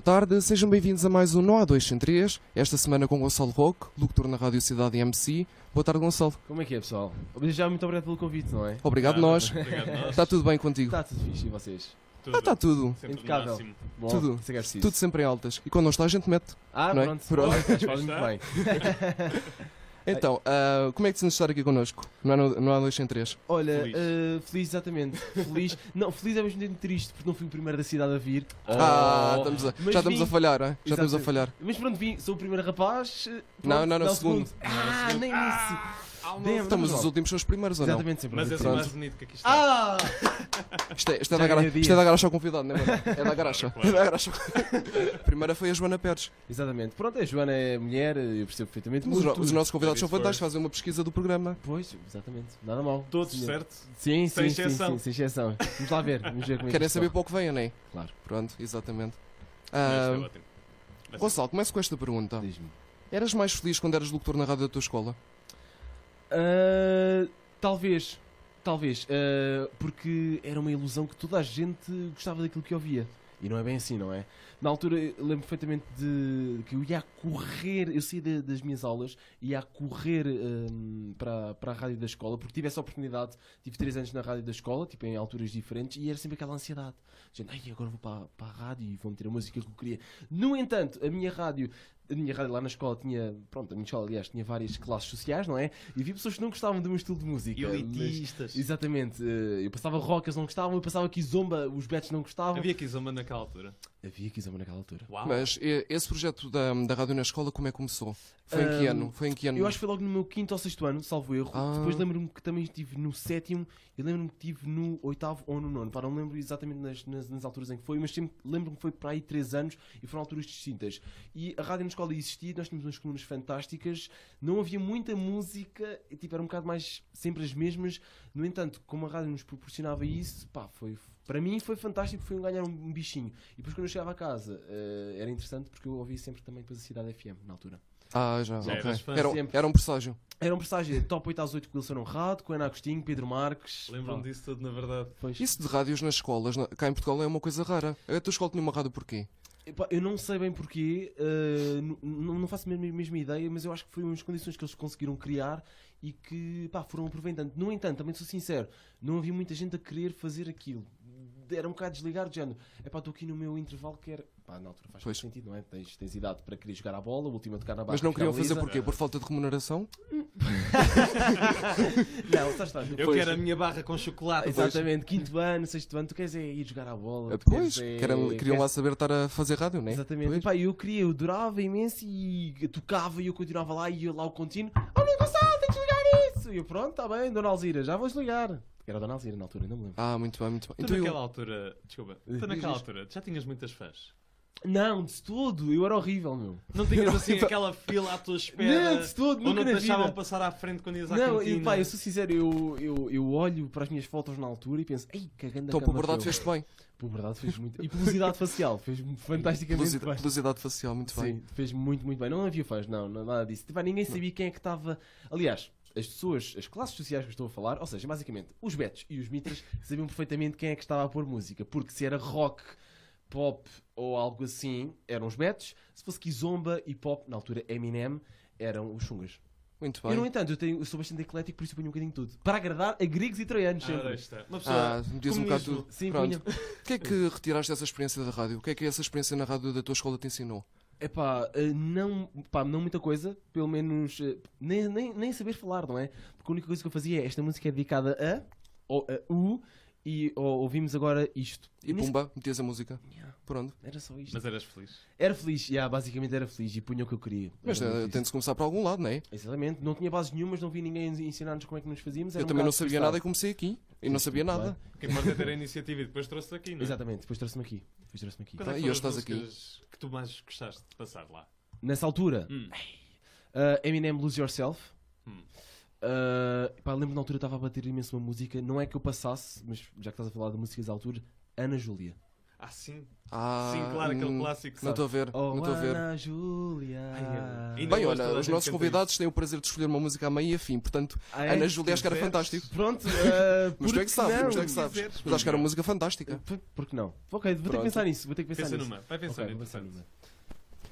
tarde, sejam bem-vindos a mais um Não Há Dois Sem Três, esta semana com Gonçalo Roque, locutor na Rádio Cidade MC. Boa tarde, Gonçalo. Como é que é, pessoal? Desde Já muito obrigado pelo convite, não é? Obrigado, nós. Obrigado a nós. Está tudo bem contigo? Está tudo fixe e vocês? Tudo. Ah, está tudo. Sempre no Impecável. máximo. Bom, Tudo. Isso é que é preciso. Tudo sempre em altas. E quando não está, a gente mete. Ah, não é? pronto. Pronto. Estás falando Já muito bem. Então, ah, como é que te sentes de estar aqui connosco? Não há, não há dois sem três. Olha, Feliz. eh, feliz exatamente. Feliz. Não, feliz é mesmo tempo triste porque não fui o primeiro da cidade a vir. Ah, Oh. estamos a- Mas já estamos vim. a falhar, hein? já estamos a Exatamente. falhar. Mas pronto, vim. Sou o primeiro rapaz. eh, Não, pronto, não, não, dá o segundo. Ah, nem nesse. Damn, Estamos não. Então, os últimos são os primeiros, ou não? Exatamente, sempre. Mas esse é Pronto. mais bonito que aqui está. Ah! Isto é, isto é da Já gara- ganhei dias. isto é da garacha ao convidado, não é? verdade? É da garacha. Claro, É claro. da garacha. A primeira foi a Joana Pérez. Exatamente. Pronto, a Joana é mulher, eu percebo perfeitamente. Os, Muito no- os nossos convidados são Serviço fantásticos, fazem uma pesquisa do programa. Pois, exatamente. Nada mal. Todos, Sim. é certo? Sim, sim, Sem sim, exceção. sim, sem exceção. Vamos lá ver, vamos ver como é que Querem isto saber corre. para o que vêm, não é? Claro. Pronto, exatamente. Mas isto é Ah, ótimo. Mas Gonçalo, começo com esta pergunta. Diz-me. Eras mais feliz quando eras locutor na rádio da tua escola? Ah, talvez. Talvez. Ah, porque era uma ilusão que toda a gente gostava daquilo que ouvia. E não é bem assim, não é? Na altura, eu lembro perfeitamente de que eu ia a correr, eu saí da- das minhas aulas, ia a correr hum, para, para a rádio da escola, porque tive essa oportunidade, tive três anos na rádio da escola, tipo em alturas diferentes, e era sempre aquela ansiedade. Gente, ai, agora vou para, para a rádio e vão meter a música que eu queria. No entanto, a minha rádio, a minha rádio lá na escola tinha, pronto, a minha escola, aliás, tinha várias classes sociais, não é? E havia pessoas que não gostavam do meu estilo de é música. mas- Elitistas. Exatamente, eh, eu passava rock, eles não gostavam, eu passava Kizomba, os betos não gostavam. Havia, Havia aqui Zoma naquela altura. Kizomba naquela altura. Uau. Mas e- esse projeto da, da rádio na escola, como é que começou? Foi em que Ah, ano? Foi em que ano? Eu acho que foi logo no meu quinto ou sexto ano, salvo erro. Ah. Depois lembro-me que também estive no sétimo e lembro-me que estive no oitavo ou no nono. Pá, não me lembro exatamente nas, nas- nas alturas em que foi, mas sempre lembro-me que foi para aí três anos e foram alturas distintas. E a rádio na escola existia, nós tínhamos umas colunas fantásticas, não havia muita música, e, tipo, era um bocado mais sempre as mesmas. No entanto, como a rádio nos proporcionava isso, pá, foi. Para mim foi fantástico, foi um ganhar um bichinho. E depois quando eu chegava a casa, eh, era interessante porque eu ouvia sempre também depois a Cidade FM, na altura. Ah, já. Já ok. eras fã Era, um- sempre. era um presságio. Era um presságio de top 8 às 8 com Wilson Honrado, com Ana Agostinho, Pedro Marques. Lembram-me Pá, disso tudo, na verdade. pois. Isso de rádios nas escolas, na- cá em Portugal, é uma coisa rara. A tua escola tinha uma rádio porquê? Epá, eu não sei bem porquê, eh, n- n- não faço mesmo- a mesma ideia, mas eu acho que foi umas condições que eles conseguiram criar e que pá, foram aproveitando. No entanto, também sou sincero, não havia muita gente a querer fazer aquilo. Era um bocado desligado, de género. Epá, estou aqui no meu intervalo, quero. Pá, na altura faz todo Pois. sentido, não é? Tens, tens idade para querer jogar à bola, o último a tocar na barra. Mas não fica à queriam fazer baliza. porquê? Por falta de remuneração? Não, estás, estás. Eu quero a minha barra com chocolate. Exatamente, quinto ano, sexto ano, tu queres é ir jogar à bola. tu Ah, Pois, queres é- queram- queriam lá saber estar a fazer rádio, não é? Exatamente. Pois. Epá, eu queria, eu durava imenso e tocava e eu continuava lá e eu lá o contínuo. "Oh, Olha, Gonçalo, tem que desligar isso! E eu, pronto, está bem, Dona Alzira, já vou desligar. Era a Dona Alzira na altura, ainda me lembro. Ah, muito bem, muito bem. Tu Então eu- naquela altura, desculpa, Diz, tu naquela diz. altura já tinhas muitas fãs. Não, de todo, eu era horrível, meu. Não tinhas assim aquela fila à tua Não, espera. de todo, Ou nunca não te na deixavam vida. passar à frente quando ias à Não, cantina. e, pá, eu sou sincero, eu, eu, eu olho para as minhas fotos na altura e penso, ei, cagando Então, por verdade, fez-te bem. Puberdade fez muito. E publicidade facial, fez-me fantasticamente Velocidade, bem. velocidade facial, muito bem. Sim, fez muito, muito bem. Não havia fãs, não, não- nada disso. Tipo, ninguém sabia quem é que estava. Aliás, as pessoas, as classes sociais que eu estou a falar, ou seja, basicamente, os Betos e os Mitras sabiam perfeitamente quem é que estava a pôr música. Porque se era rock, pop ou algo assim, eram os Betos. Se fosse Kizomba e pop, na altura Eminem, eram os Chungas. Muito Eu, no bem. entanto, eu, tenho- eu sou bastante eclético, por isso eu ponho um bocadinho de tudo. Para agradar a gregos e troianos, Ah, sempre. daí está. Uma pessoa. Ah, diz um bocado tudo. Sim, Pronto. punha. O que é que retiraste dessa experiência da rádio? O que é que essa experiência na rádio da tua escola te ensinou? Epá, eh, não, pá, não muita coisa, pelo menos eh, nem, nem, nem saber falar, não é? Porque a única coisa que eu fazia é esta música é dedicada a ou a u e ou- ouvimos agora isto. E Nem pumba, metias a música. sei- Yeah, Pronto. Era só isto. Mas eras feliz. Era feliz, yeah, basicamente era feliz e punha o que eu queria. Mas Era eh, é muito tem de se começar por algum lado, não é? isso. Exatamente, não tinha bases nenhumas, não vi ninguém ens- ensinar-nos como é que nos fazíamos. era Eu um também não bocado sabia freestyle. nada e comecei aqui. E não sabia Muito nada. bem. O que importa é ter a iniciativa e depois trouxe-te aqui, não é? Exatamente, depois trouxe-me aqui. Depois trouxe-me aqui. Quais Então, é que e hoje foram as estás aqui. músicas que tu mais gostaste de passar lá? Nessa altura, Hum. Uh, Eminem Lose Yourself. Hum. Uh, pá, lembro na altura estava a bater imenso uma música. Não é que eu passasse, mas já que estás a falar de músicas da altura, Ana Júlia. Ah, sim. Ah, sim, claro, aquele hum, clássico. Não sabe? estou a ver, não estou a ver. Oh, Ana Júlia. Ai, eu- ainda Bem, gosto olha, da os gente nossos cantar convidados têm o prazer de escolher uma música a meio e a fim, portanto, Ah, é? Ana Júlia acho que era quiseres. fantástico. Pronto, eh, Mas por tu é que sabes, mas tu é que não? sabes. quiseres, Mas acho que era não. uma música fantástica. P- Porque não? Ok, vou ter Pronto. que pensar nisso. Vou ter que pensar Pensa nisso. numa. Vai pensando, Ok, vou interessante.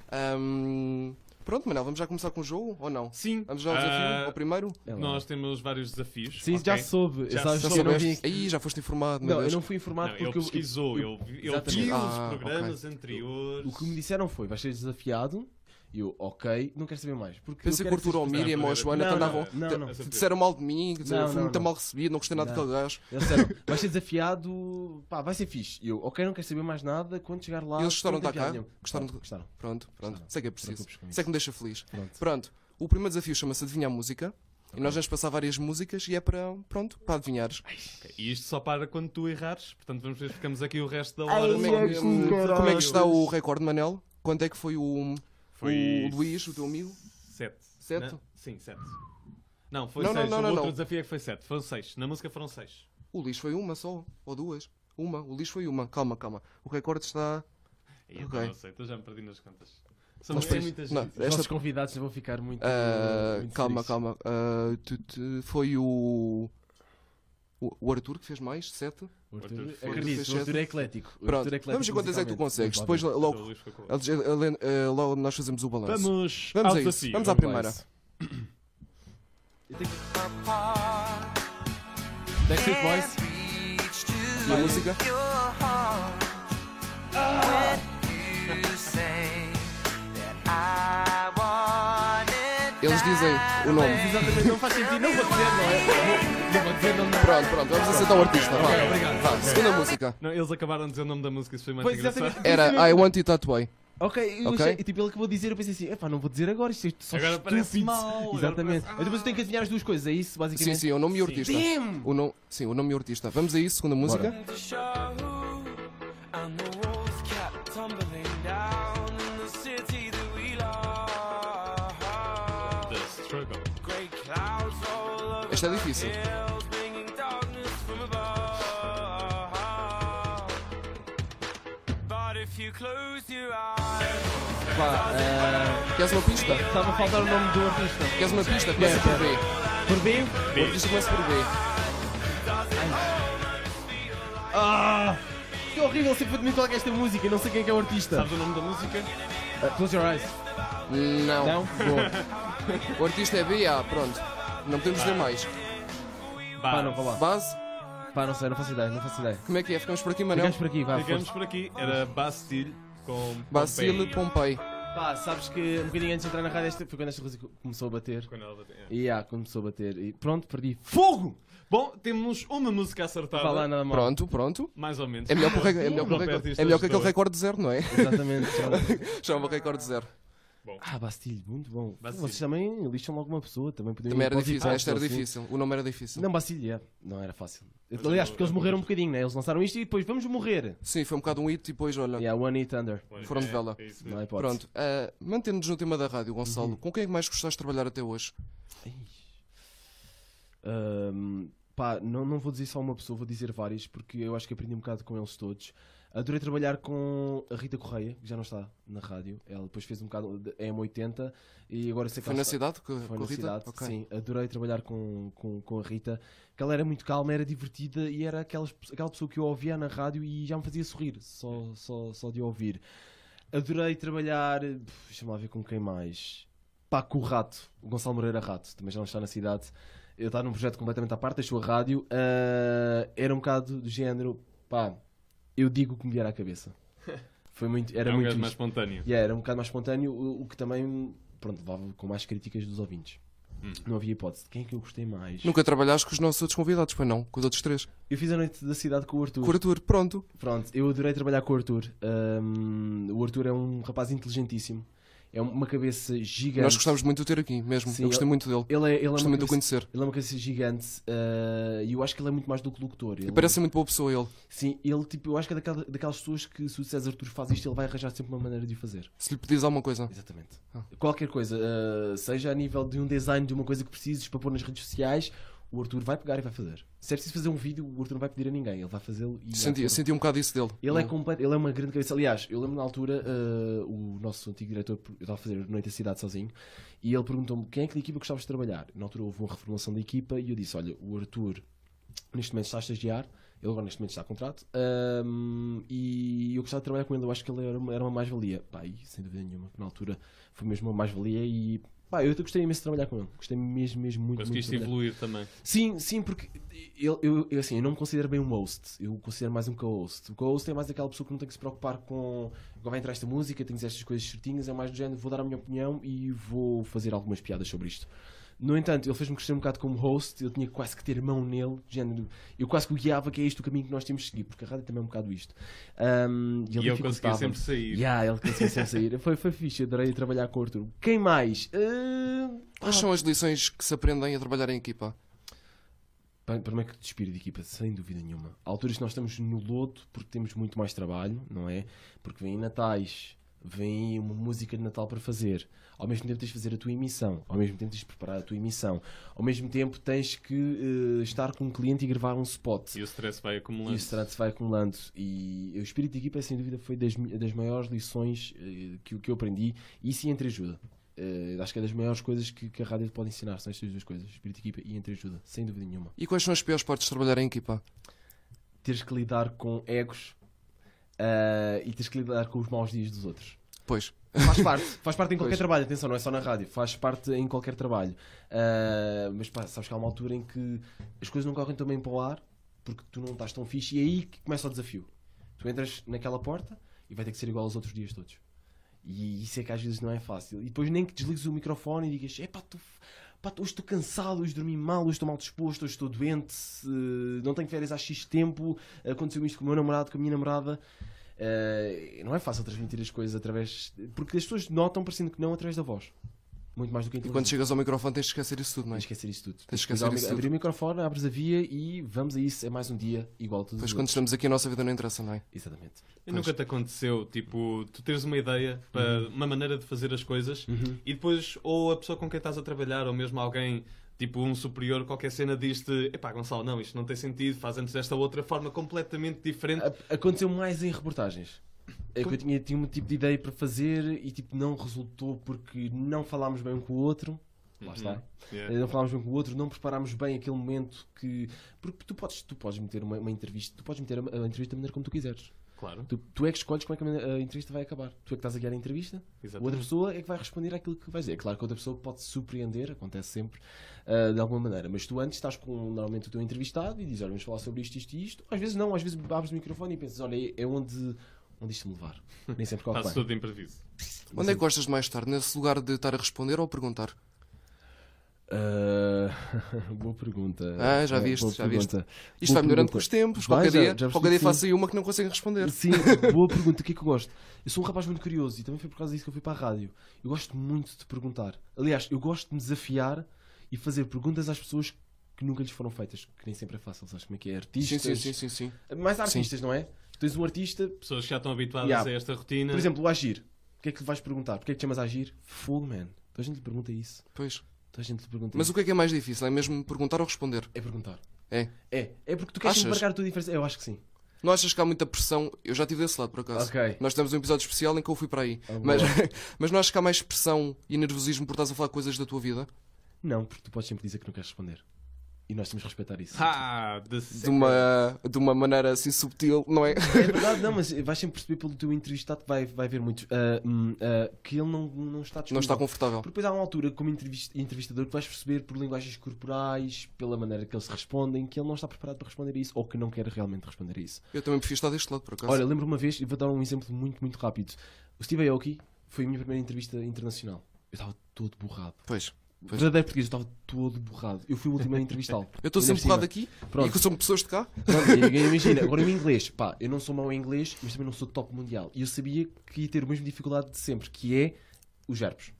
pensar É. Ahm, Hum, pronto, Manel, vamos já começar com o jogo ou não? Sim. Vamos já ao desafio, ao primeiro? É lá. Ah, Nós temos vários desafios. Sim, ok? já soube. Já Eu sabes Já que eu não vim soubeste? aqui. Aí já foste informado, meu Não, eu Deus. não fui informado Não, ele porque eu- pesquisou, eu- eu, vi- ele Exatamente. viu Ah, os ok. programas anteriores. o que me disseram foi: vais ser desafiado. E eu, ok, não quero saber mais. Porque Pensei eu que o quero Arthur ou a sejas Miriam ou a Joana Não, que não, andavam. não, te- não. te Disseram mal de mim, que Não, dizer, fui não, muito não. mal recebido, não gostei nada Não. daquele gajo. Eles disseram, vais ser desafiado, pá, vai ser fixe. E eu, ok, não quero saber mais nada, quando chegar lá... E eles gostaram de não estar tem piada cá? nenhuma. Gostaram de- Gostaram, Pronto, pronto. Não, Sei que é não te preciso. preocupes com Sei isso. que me deixa feliz. Pronto. Pronto, o primeiro desafio chama-se Adivinhar Música. E nós vamos passar várias músicas e é para, pronto, para adivinhares. Ok, E isto só para quando tu errares. Portanto, vamos ver se ficamos aqui o resto da Ai, hora. Como Ai, é, é que, que como é que caralho. está o recorde, Manel? Quanto é que foi o, Foi o Luís, o teu amigo? Sete. Sete? Não? Sim, sete. Não, foi Não, não, seis. não, o não, outro não. desafio é que foi sete. Foram seis. Na música foram seis. O Luís foi uma só, ou duas. Uma, o Luís foi uma. Calma, calma. O recorde está... E eu Ok. não sei, então já me perdi nas contas. São Mas tens- muitas não, Os Esta- nossos convidados vão ficar muito... Ah, muito calma, felizes. calma. Ah, tu- tu- foi o... o... o Arthur que fez mais, sete. O Arthur, Arthur foi- acredito, o Arthur é eclético. O Pronto, Arthur eclético vamos ver quantas é que tu musicalmente. consegues. Depois Muito O logo, Luís foi com o outro. ale- ale- eh, logo nós fazemos o balanço. Vamos, Vamos ao a isso. desafio. Vamos à bem. primeira. Eu tenho que- Backstreet Boys. E a música? Eles dizem o nome. Exatamente, não faz sentido, não vou dizer, não é? Não vou dizer, não dá. Pronto, pronto, vamos aceitar o artista. Vá. obrigado. Vá, Segunda música. Não, eles acabaram de dizer o nome da música, isso foi mais Pois, engraçado. exatamente. Era I Want It That Way. Ok, eu Ok? achei, tipo, ele que vou dizer, eu pensei assim, epá, não vou dizer agora, isto é só Agora estúpido. parece mal, agora Exatamente. parece- Mas depois eu tenho que adivinhar as duas coisas, é isso, Sim, basicamente? sim, o nome e o artista. Damn! O nome, sim, o nome e o artista. Vamos a isso, segunda música. The show, and the walls kept tumbling down in the city that we love. The Struggle. Great clouds roll over Esta é difícil. hills, bringing darkness from above. But if you close your eyes, Pá, eh, Queres uma pista? estava a faltar o nome do artista. Queres uma pista? Começa por B. Por O B? artista começa por B. Ah! Que horrível, sempre foi de mim colocar esta música, eu não sei quem é que é o artista. Sabes o nome da música? Ah, Close Your Eyes. Não. Não? Boa. O artista é B, A, pronto. Não podemos dizer mais. Ah. Pá, não, vá lá. Base, Pá, não sei, não faço ideia, não faço ideia. como é que é? Ficamos por aqui, Manel? Ficamos por aqui, vá, Ficamos força. por aqui. Era Bastille com Bacile Pompeii. Pompei. Pá, sabes que um bocadinho antes de entrar na rádio, esta, foi quando esta música começou a bater. Quando ela é. bateu. E ah, começou a bater. E pronto, perdi. Fogo! Bom, temos uma música acertada. Vá lá, nada mal. Pronto, pronto. Mais ou menos. É melhor que, o recorde- é melhor que, o Não recorde- perde é melhor que isto aquele hoje. recorde de zero, não é? Exatamente. já- Chama o recorde de zero. ah, Bastilho, muito bom. Bastilho. Vocês também lixam logo uma pessoa, também podiam Também era pode ir difícil, para esta era outro, assim. difícil. O nome era difícil. Não, Bastilho, é. não era fácil. Mas Aliás, eu- porque eles eu- morreram um bocadinho, né? Eles lançaram isto e depois vamos morrer. Sim, foi um bocado um hit e depois, olha, E yeah, One Hit Thunder. Foram de É, vela. é isso mesmo. Não é hipótese. Pronto, ah, mantendo-nos no tema da rádio, Gonçalo, Uhum. com quem é que mais gostaste de trabalhar até hoje? Ahm, pá, não, não vou dizer só uma pessoa, vou dizer várias, porque eu acho que aprendi um bocado com eles todos. Adorei trabalhar com a Rita Correia, que já não está na rádio. Ela depois fez um bocado de M80 e agora sei que Foi ela na está- cidade? Que, Foi com a na Rita? cidade, Ok. sim. Adorei trabalhar com, com, com a Rita, que ela era muito calma, era divertida e era aquelas, aquela pessoa que eu ouvia na rádio e já me fazia sorrir, só, só, só de ouvir. Adorei trabalhar, pff, deixa-me lá ver com quem mais. Pá, com o Rato, o Gonçalo Moreira Rato, também já não está na cidade. Ele está num projeto completamente à parte, deixou a rádio. ah, era um bocado do género, pá, eu digo o que me vier à cabeça. Foi muito, era é um muito gajo mais isto. espontâneo. Yeah, era um bocado mais espontâneo, o, o que também pronto, levava com mais críticas dos ouvintes. Não havia hipótese. Quem é que eu gostei mais? Hum. Nunca trabalhaste com os nossos outros convidados, pois não? Com os outros três. Eu fiz a noite da cidade com o Arthur. Com o Arthur, pronto. Pronto, eu adorei trabalhar com o Arthur. Hum, o Arthur é um rapaz inteligentíssimo. É uma cabeça gigante. Nós gostávamos muito de o ter aqui, mesmo. Sim, eu gostei eu- muito dele. Ele é, ele é Gostei uma muito de o cabeça... conhecer. Ele é uma cabeça gigante ah, e eu acho que ele é muito mais do que locutor. Ele- E parece muito boa pessoa ele. Sim, ele tipo, eu acho que é daquela- daquelas pessoas que se o César Arthur faz isto, ele vai arranjar sempre uma maneira de o fazer. Se lhe pedires alguma coisa. Exatamente. ah, Ah. Qualquer coisa, uh, seja a nível de um design de uma coisa que precises para pôr nas redes sociais, o Arthur vai pegar e vai fazer. Se é preciso fazer um vídeo, o Arthur não vai pedir a ninguém, ele vai fazê-lo e. Senti, senti um bocado isso dele. Ele é completo, ele é uma grande cabeça. Aliás, eu lembro na altura eh, o nosso antigo diretor, eu estava a fazer Noite da Cidade sozinho, e ele perguntou-me quem é que da equipa gostavas de trabalhar. Na altura houve uma reformulação da equipa e eu disse: Olha, o Arthur neste momento está a estagiar, ele agora neste momento está a contrato, ahm, e eu gostava de trabalhar com ele, eu acho que ele era uma, era uma mais-valia. Pá, e sem dúvida nenhuma, na altura foi mesmo uma mais-valia e. Pá, eu gostei imenso de trabalhar com ele. Gostei mesmo, mesmo muito, muito. de Conseguiste trabalhar. evoluir também. Sim, sim, porque eu, eu, eu, assim, eu não me considero bem um host, eu considero mais um co-host. O co-host é mais aquela pessoa que não tem que se preocupar com agora vai entrar esta música, tens estas coisas certinhas, é mais do género, vou dar a minha opinião e vou fazer algumas piadas sobre isto. No entanto, ele fez-me crescer um bocado como host, eu tinha quase que ter mão nele, do género, eu quase que o guiava que é este o caminho que nós temos de seguir, porque a rádio também é um bocado isto. Ahm, E eu conseguia dificultava-me. sempre sair. Yeah, ele conseguia sempre sair. Foi, foi fixe, adorei trabalhar com o Arthur. Quem mais? Ah, Quais são as lições que se aprendem a trabalhar em equipa? Bem, Primeiro que despiro de equipa, sem dúvida nenhuma. Há alturas que nós estamos no lodo porque temos muito mais trabalho, não é? Porque vêm natais, vem uma música de Natal para fazer. Ao mesmo tempo tens de fazer a tua emissão, ao mesmo tempo tens de preparar a tua emissão, ao mesmo tempo tens que eh, estar com um cliente e gravar um spot. E o stress vai E o acumulando. stress vai acumulando. E o espírito de equipa, sem dúvida, foi das, mi- das maiores lições eh, que, eu- que eu aprendi. E isso e entreajuda. Eh, acho que é das maiores coisas que, que a rádio te pode ensinar. São estas duas coisas: espírito de equipa e entreajuda, sem dúvida nenhuma. E quais são as piores partes de trabalhar em equipa? teres que lidar com egos ah, e teres que lidar com os maus dias dos outros. Pois, Faz parte, faz parte em qualquer Pois. trabalho, atenção, não é só na rádio, faz parte em qualquer trabalho. Ah, mas pá, sabes que há uma altura em que as coisas não correm tão bem para o ar porque tu não estás tão fixe e é aí que começa o desafio. Tu entras naquela porta e vai ter que ser igual aos outros dias todos. E isso é que às vezes não é fácil. E depois nem que desligues o microfone e digas, epá, tu, pá, hoje estou cansado, hoje dormi mal, hoje estou mal disposto, hoje estou doente, eh, não tenho férias há X tempo, aconteceu isto com o meu namorado, com a minha namorada. Eh, não é fácil transmitir as coisas através. Porque as pessoas notam, parecendo que não, através da voz. Muito mais do que a e quando televisão. chegas ao microfone tens de esquecer isso tudo, não é? Tens de Hum. esquecer isso tudo. Tens de que esquecer ligar o isso mi- tudo. Abrir o microfone, abres a via e vamos a isso. É mais um dia igual a todos Pois os quando outros. estamos aqui a nossa vida não interessa, não é? Exatamente. E nunca te aconteceu, tipo, tu teres uma ideia, Uhum. para uma maneira de fazer as coisas e depois ou a pessoa com quem estás a trabalhar ou mesmo alguém, tipo um superior, qualquer cena diz-te, epá Gonçalo, não, isto não tem sentido, faz antes desta outra forma completamente diferente. A- Aconteceu mais em reportagens. É que eu tinha, tinha um tipo de ideia para fazer e tipo, não resultou porque não falámos bem um com o outro. Uhum. Lá está. Yeah. É. Eh, Não falámos bem com o outro, não preparámos bem aquele momento que. Porque tu podes, tu podes meter uma, uma entrevista, tu podes meter a, a entrevista da maneira como tu quiseres. Claro, Tu, tu é que escolhes como é que a mane- a entrevista vai acabar. Tu é que estás a guiar a entrevista, a outra exatamente. pessoa é que vai responder àquilo que vais dizer. É claro que a outra pessoa pode se surpreender, acontece sempre, ah, de alguma maneira. Mas tu antes estás com normalmente o teu entrevistado e dizes, olha, vamos falar sobre isto, isto e isto. Às vezes não, às vezes abres o microfone e pensas, olha, é onde, onde isto me levar. Nem sempre corre Fazes bem. tudo de improviso. Onde é que gostas de mais estar? Nesse lugar de estar a responder ou a perguntar? Ah, boa pergunta. Ah, já Ah, viste, boa já viste. pergunta. Isto Boa vai melhorando pergunta. com os tempos, Vai, qualquer já- dia, já percebi qualquer que dia sim. faço aí uma que não consegue responder. Sim, boa pergunta. O que é que eu gosto? Eu sou um rapaz muito curioso e também foi por causa disso que eu fui para a rádio. Eu gosto muito de perguntar. Aliás, eu gosto de me desafiar e fazer perguntas às pessoas que nunca lhes foram feitas, que nem sempre é fácil, sabes como é que é? Sim, Artistas. sim, sim, sim, sim. Mais artistas, não é? Tens um artista, Pessoas que já estão habituadas Yeah. a esta rotina. por exemplo, o Agir. O que é que lhe vais perguntar? Porquê é que te chamas Agir? Fogo, man. Toda a gente lhe pergunta isso. Pois. Toda a gente lhe pergunta Mas isso. o que é que é mais difícil? É mesmo perguntar ou responder? É perguntar. É. É. É porque tu queres Achas? marcar a tua diferença. Eu acho que sim. Não achas que há muita pressão? Eu já tive desse lado, por acaso. Ok. Nós temos um episódio especial em que eu fui para aí. Ah, boa. mas, mas não achas que há mais pressão e nervosismo por estás a falar coisas da tua vida? Não, porque tu podes sempre dizer que não queres responder. E nós temos que respeitar isso. Ah, de De uma, de uma maneira assim subtil, não é? É verdade, não, mas vais sempre perceber pelo teu entrevistado que vai, vai ver muitos ah, hum, ah, que ele não, não está disponível. Não está confortável. Porque depois há uma altura, como entrevist- entrevistador, que vais perceber por linguagens corporais, pela maneira que eles respondem, que ele não está preparado para responder a isso ou que não quer realmente responder a isso. Eu também prefiro estar deste lado, por acaso. Olha, lembro me uma vez, e vou dar um exemplo muito, muito rápido. O Steve Aoki foi a minha primeira entrevista internacional. Eu estava todo borrado. pois. Pois. Verdadeiro português, eu estava todo borrado. Eu fui o último a entrevistá-lo. Eu estou Ainda sempre por cima. colado aqui Pronto. e que são pessoas de cá. Pronto, e ninguém imagina. Agora o inglês, pá, eu não sou mau em inglês, mas também não sou top mundial. E eu sabia que ia ter a mesma dificuldade de sempre, que é os verbos.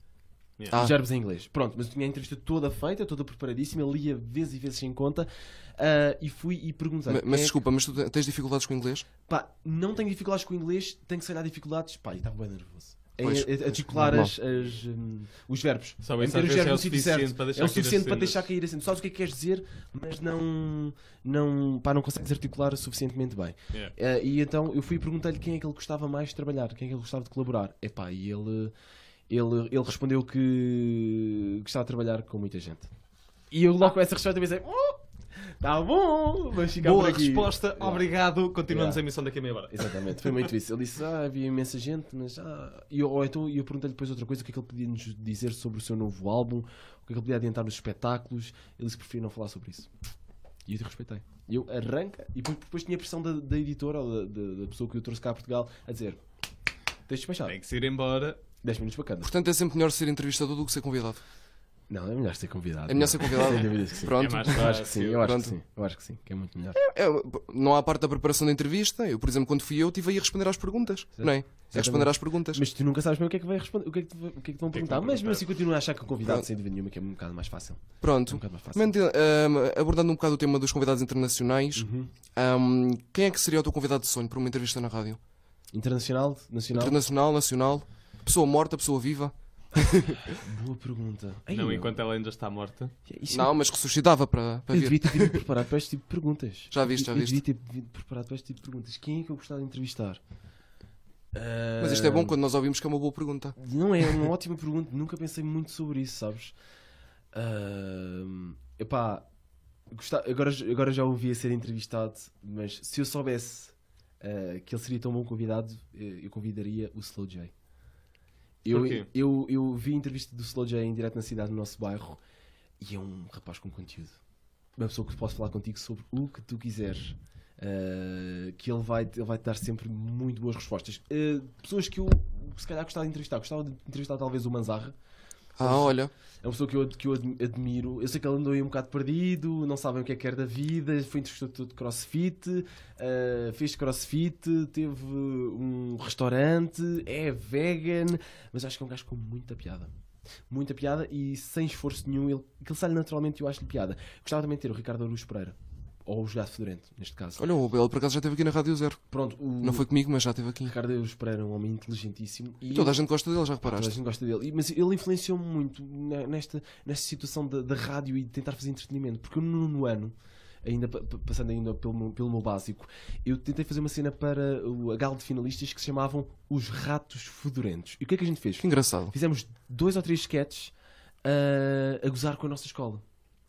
Yeah. Ah. Os verbos em inglês. Pronto, mas eu tinha a entrevista toda feita, toda preparadíssima, lia vezes e vezes sem conta, ah, e fui e perguntei. Ma- quem é Mas que- desculpa, mas tu te- tens dificuldades com o inglês? Pá, não tenho dificuldades com o inglês, tenho que se calhar dificuldades. Pá, e estava bem nervoso. É, em Pois, a- a- articular as, as, hum, os verbos. Só A meter isso às os verbos vezes é no sítio o suficiente certo. para deixar É o cair as suficiente para cenas. deixar cair assim. Tu sabes o que é que queres dizer, mas não, não, pá, não consegues articular suficientemente bem. Yeah. Eh, e então eu fui e perguntei-lhe quem é que ele gostava mais de trabalhar, quem é que ele gostava de colaborar. Epá, e ele, ele, ele respondeu que gostava de trabalhar com muita gente. E eu logo com essa resposta pensei, oh, tá bom, mas ficar Boa por aqui." resposta, Yeah. obrigado. Continuamos Yeah. a emissão daqui a meia hora. Exatamente, foi muito isso. Ele disse, ah, havia imensa gente, mas ah... E eu, ou então e eu perguntei-lhe depois outra coisa, o que é que ele podia nos dizer sobre o seu novo álbum, o que é que ele podia adiantar nos espetáculos. Ele disse que preferia não falar sobre isso. E eu te respeitei. E eu arranca, e depois, depois tinha a pressão da, da editora, ou da, da- da pessoa que eu trouxe cá a Portugal, a dizer, tens de despachar, Tem que se ir embora. 10 minutos para cada. Portanto, é sempre melhor ser entrevistador do que ser convidado. Não, é melhor ser convidado. É melhor não. ser convidado. Sem dúvida que sim. Pronto. É mais Eu acho que sim, eu acho que Pronto. sim, eu acho que sim, que é muito melhor. É, não há parte da preparação da entrevista. Eu, por exemplo, quando fui eu, tive aí a responder às perguntas. Não é? É responder às perguntas. Mas tu nunca sabes bem o que é que vai responder, o que é que, te, vai- o que é que te vão que é que perguntar. vão Mas mesmo perguntar? assim continuo a achar que o convidado, Pronto. sem dúvida nenhuma, que é um bocado mais fácil. É um Pronto. bocado mais fácil. Mantendo, ahm, abordando um bocado o tema dos convidados internacionais, Uhum. ahm, quem é que seria o teu convidado de sonho para uma entrevista na rádio? Internacional? Nacional? Internacional, nacional? Pessoa morta, pessoa viva? Boa pergunta. Ei, não, meu, enquanto ela ainda está morta. isso- Não, mas ressuscitava para, para Eu devia vir. ter vindo preparado para este tipo de perguntas. Já viste, já Eu- eu viste. devia ter vindo preparado para este tipo de perguntas. Quem é que eu gostava de entrevistar? Ah, Mas isto é bom quando nós ouvimos que é uma boa pergunta. Não é uma ótima pergunta, nunca pensei muito sobre isso, sabes? Ahm, epá, gosta- agora, agora já ouvi a ser entrevistado, mas se eu soubesse ah, que ele seria tão bom convidado, eh, eu convidaria o Slow J. Eu, Porquê? eu, eu vi a entrevista do Slow J em direto na cidade, no nosso bairro, e é um rapaz com conteúdo. Uma pessoa que posso falar contigo sobre o que tu quiseres. Uh, que ele vai, ele vai te dar sempre muito boas respostas. Uh, pessoas que eu se calhar gostava de entrevistar. Gostava de entrevistar talvez o Manzarra. Ah, olha. É uma pessoa que eu, ad- que eu admi- admiro. Eu sei que ele andou aí um bocado perdido, não sabem o que é que era da vida. Foi instrutor de crossfit, uh, fez crossfit, teve um restaurante, é vegan. Mas acho que é um gajo com muita piada. Muita piada e sem esforço nenhum. Ele, que ele sai naturalmente e eu acho-lhe piada. Gostava também de ter o Ricardo Aruz Pereira. Ou o Jogado Fedorento, neste caso. Olha, o Abel por acaso já esteve aqui na Rádio Zero. Pronto, o Não foi comigo, mas já esteve aqui. Ricardo Eus Pereira é um homem inteligentíssimo e Toda a gente gosta dele, já toda a reparaste? gente gosta dele. E- Mas ele influenciou-me muito ne- nesta, nesta situação da, da rádio e de tentar fazer entretenimento, porque eu no nono ano. Ainda pa- pa- passando ainda pelo, meu- pelo meu básico, eu tentei fazer uma cena para o a gala de finalistas que se chamavam Os Ratos Fedorentos. E o que é que a gente fez? Que engraçado. Fizemos dois ou três sketches ah, a gozar com a nossa escola.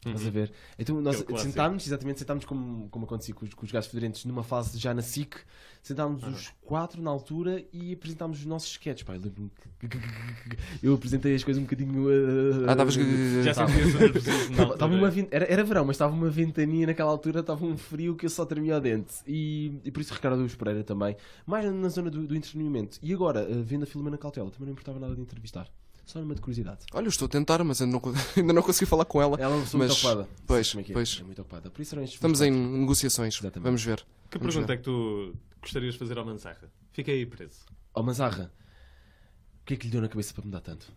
Estás a ver? Então nós Aquele clássico. sentámos, exatamente, sentámos como, como acontecia com os, com os gajos federentes numa fase já na SIC, sentámos os quatro na altura e apresentámos os nossos sketches. Pá, eu lembro-me que- que- que- que- que- eu apresentei as coisas um bocadinho. ah, Ah, estavas. Já sentias o nervosismo na Tava- tava uma altura. vin- era, era verão, mas estava uma ventania naquela altura, estava um frio que eu só tremia o dente. E, e por isso Ricardo Luz Pereira também. Mais na zona do, do entretenimento. E agora, eh, vendo a Filomena Cautela, também não importava nada de entrevistar. Só numa de curiosidade. Olha, eu estou a tentar, mas ainda não, con- ainda não consegui falar com ela. Ela é uma pessoa Mas- muito ocupada. Sabes pois, como é que é? pois. É muito ocupada. Por isso eram estes Estamos em meus negociações. Exatamente. Vamos ver. Que Vamos ver. pergunta é que tu gostarias de fazer ao Manzarra? Fica aí preso. papéis. Ó, Manzarra, Oh, o que é que lhe deu na cabeça para mudar tanto?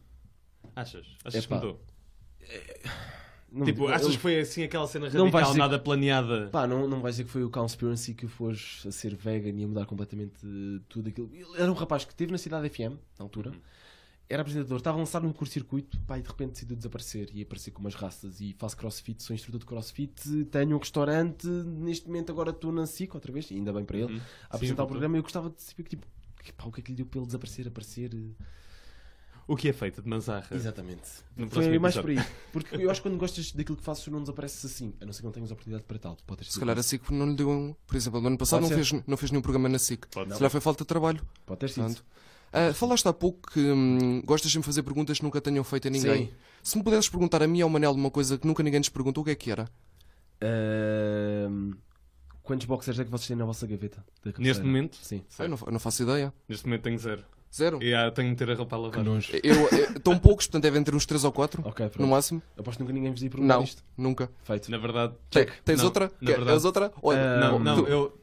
Achas? Achas Epá, que mudou? Não, Tipo, não- achas eu- que foi assim aquela cena Não vais radical, dizer- nada planeada? Pá, não, não vais dizer que foi o Conspiracy que fores a ser vegan e a mudar completamente eh, tudo aquilo. Ele era um rapaz que esteve na cidade FM, na altura, Uhum. era apresentador, estava a lançar num curto-circuito, pá, e de repente decidiu desaparecer e aparecer com umas raças e faço crossfit, sou instrutor de crossfit, tenho um restaurante, neste momento agora estou na SIC outra vez, e ainda bem para ele, a apresentar Uhum. voltou. o programa e eu gostava de saber que tipo. que, pá, o que é que lhe deu para ele desaparecer, aparecer? eh, O que é feito de Manzarra? Exatamente. No Foi próximo mais por aí. episódio. Porque eu acho que quando gostas daquilo que fazes, não desapareces assim. A não ser que não tenhas oportunidade para tal. Pode ter Se sido calhar a SIC não lhe deu um. Por exemplo, no ano passado não Pode fez, não fez nenhum programa na SIC. Pode Se ser. calhar foi falta de trabalho. isso. Pode ter sido. Portanto, ah, falaste há pouco que hum, gostas de me fazer perguntas que nunca tenham feito a ninguém. Sim. Se me pudesses perguntar a mim ou ao Manel uma coisa que nunca ninguém nos perguntou, o que é que era? Ahm, quantos boxers é que vocês têm na vossa gaveta? da cabeceira? Neste momento? Sim. Ah, eu, não, eu não faço ideia. Neste momento tenho zero. Zero. E ah, tenho de ter a roupa a lavar. nojo. Eu, eu- tão poucos, portanto devem ter uns 3 ou 4 Ok, no pronto. máximo. Aposto que nunca ninguém vos ia perguntar Não, isto. nunca. Feito. Na verdade. Te- Tens Não, outra? na Queres verdade. outra? Olha, Não, tu- não, eu.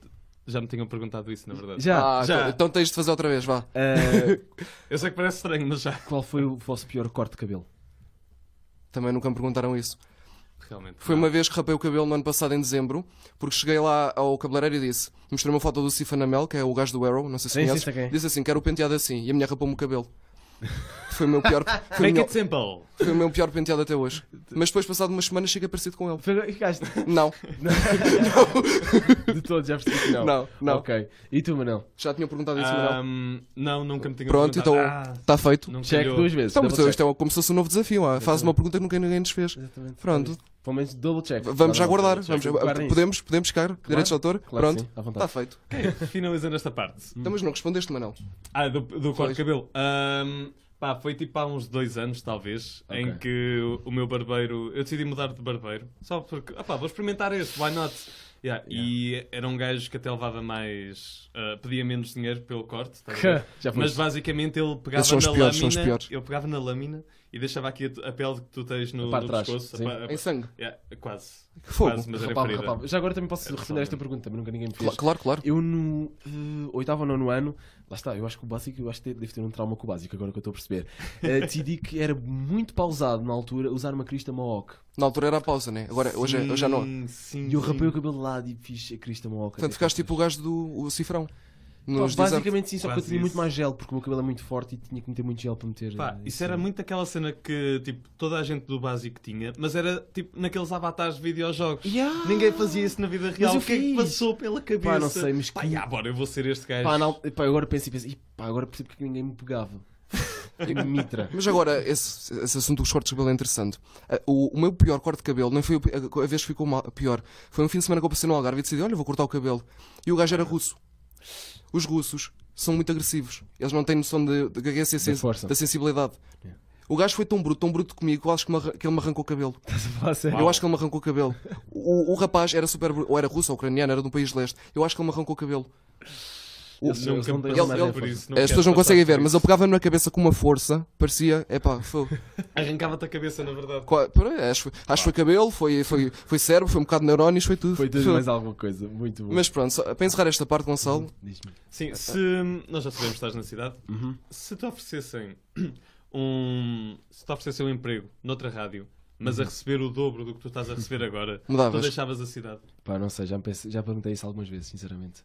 Já me tinham perguntado isso, na verdade. Já. Ah, Já. Eh. então- então tens de fazer outra vez, vá. Ah, Eu sei que parece estranho, mas já. qual foi o vosso pior corte de cabelo? Também nunca me perguntaram isso. Realmente. Foi não. uma vez que rapei o cabelo no ano passado, em dezembro, porque cheguei lá ao cabeleireiro e disse: mostrei uma foto do Sifanamel, que é o gajo do Arrow, não sei se Sim, sim, conheces. sei quem é. Disse assim: quero o penteado assim. E a minha rapou-me o cabelo. Foi o meu pior, foi o Make meu, it simple. foi o meu pior penteado até hoje. Mas depois, passado umas semanas, chega parecido com ele. Foi- Ficaste Não, de todos, já percebi que não. não, não. Ok. E tu, Manel? Já tinham perguntado isso, Manuel. Ahm, não, nunca me tinha Pronto, então perguntado. está feito. Ah, não Check calhou. duas vezes. Então, double pessoal, check. isto é como se fosse um novo desafio. ah, Faz uma pergunta que nunca ninguém nos fez. Exatamente. tá Pronto, Pelo menos double check. vamos Não, não, aguardar. double Vamos, ah, check. Guardem isso. podemos, podemos chegar, direitos de autor. Claro que Pronto, sim, à vontade. Hum. está feito. Finalizando esta parte. Então, mas não respondeste, Manel. Ah, do, do corte Pois. de cabelo. Ahm, pá, foi tipo há uns dois anos, talvez, Ok. em que o- o meu barbeiro. Eu decidi mudar de barbeiro. Só porque. Ah, pá, vou experimentar este, why not? Yeah, E era um gajo que até levava mais. ah, pedia menos dinheiro pelo corte. estás a ver? Já foi. Mas basicamente ele pegava Esses são os na piores, são os lâmina. piores. Ele pegava na lâmina e deixava aqui a, a pele que tu tens no, A parte no de trás, pescoço. sim. pa- Em sangue. yeah, quase. Fogo. Quase, mas era Rapaz, ferida. rapaz. Já agora também posso É, responder a esta totalmente. pergunta, mas nunca ninguém me Cla- fez. Claro, claro. Eu no eh, oitavo ou nono ano, lá está, eu acho que o básico, eu acho que devo ter um trauma com o básico, agora que eu estou a perceber. Eh, decidi que era muito pausado na altura usar uma crista Mohawk. Na altura era a pausa, né? Agora, hoje, é- Sim, hoje já não. é. Sim, E eu sim. rapei o cabelo de lado e fiz a crista Mohawk. Portanto, até ficaste crescer. tipo o gajo do o cifrão. Pá, Nos desertos. basicamente sim, só que eu Quase tinha muito isso. mais gel, porque o meu cabelo é muito forte e tinha que meter muito gel para meter. Pá, eh, isso era muito aquela cena que tipo, toda a gente do básico tinha, mas era tipo naqueles avatares de videojogos. Yeah. Ninguém fazia isso na vida real. eu o que é que fiz. passou pela cabeça? Pá, não sei, mas Pá, que- já, bora, eu vou ser este gajo. Pá, na al- pá, agora penso e penso, "Ih, pá, agora percebo porque ninguém me pegava. Mitra. Mas agora, esse, esse assunto dos cortes de cabelo é interessante. Ah, O, o meu pior corte de cabelo, nem foi o pi- a, a vez que ficou mal- pior, foi um fim de semana que eu passei no Algarve e decidi, olha, vou cortar o cabelo. E o gajo era russo. Os russos são muito agressivos. Eles não têm noção de, de, que é ser sen- força. da sensibilidade. Yeah. O gajo foi tão bruto, tão bruto comigo, que eu acho que, me arran- que ele me arrancou o cabelo. Uau. Eu acho que ele me arrancou o cabelo. O, o rapaz era super bruto, ou era russo ou ucraniano, era de um país leste. Eu acho que ele me arrancou o cabelo. Eles não- Nunca eles não passei ele- nada ele- por isso. As quero pessoas não passar conseguem por ver, mas isso. ele pegava-me na cabeça com uma força, parecia, epá, foi. Arrancava-te a cabeça, na verdade. Qua- pera, acho, acho que foi cabelo, foi, foi, foi cérebro, foi um bocado de neurónios, foi tudo. Foi tudo Uhum. mais alguma coisa, muito bom. Mas pronto, só- para encerrar esta parte, Gonçalo, Diz-me. Sim, se nós já sabemos que estás na cidade, Uhum. se te oferecessem um. Se te oferecessem um emprego noutra rádio, mas a receber o dobro do que tu estás a receber agora, tu Uhum. mudavas. deixavas a cidade. Pá, não sei, já, me pensei- já perguntei isso algumas vezes, sinceramente.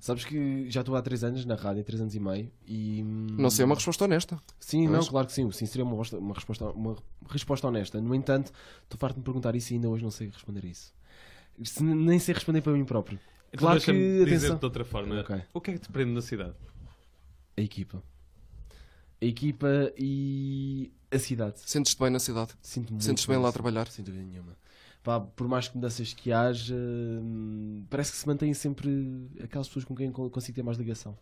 Sabes que já estou há 3 anos na rádio, 3 anos e meio, e. hum, Não sei, é uma resposta é honesta. Sim, Mas- não, claro que sim. Sim, seria uma, rosta- uma resposta, uma resposta honesta. No entanto, estou farto de me perguntar isso e ainda hoje não sei responder a isso. Se- nem sei responder para mim próprio. Então Claro deixa-me que, dizer atenção. de outra forma. Ok. O que é que te prende na cidade? A equipa. A equipa e a cidade. Sentes-te bem na cidade. Sinto-me muito Sentes-te bem lá a assim, trabalhar. Sem dúvida nenhuma. Pá, por mais que mudanças que haja, hum, parece que se mantêm sempre aquelas pessoas com quem co- consigo ter mais ligação.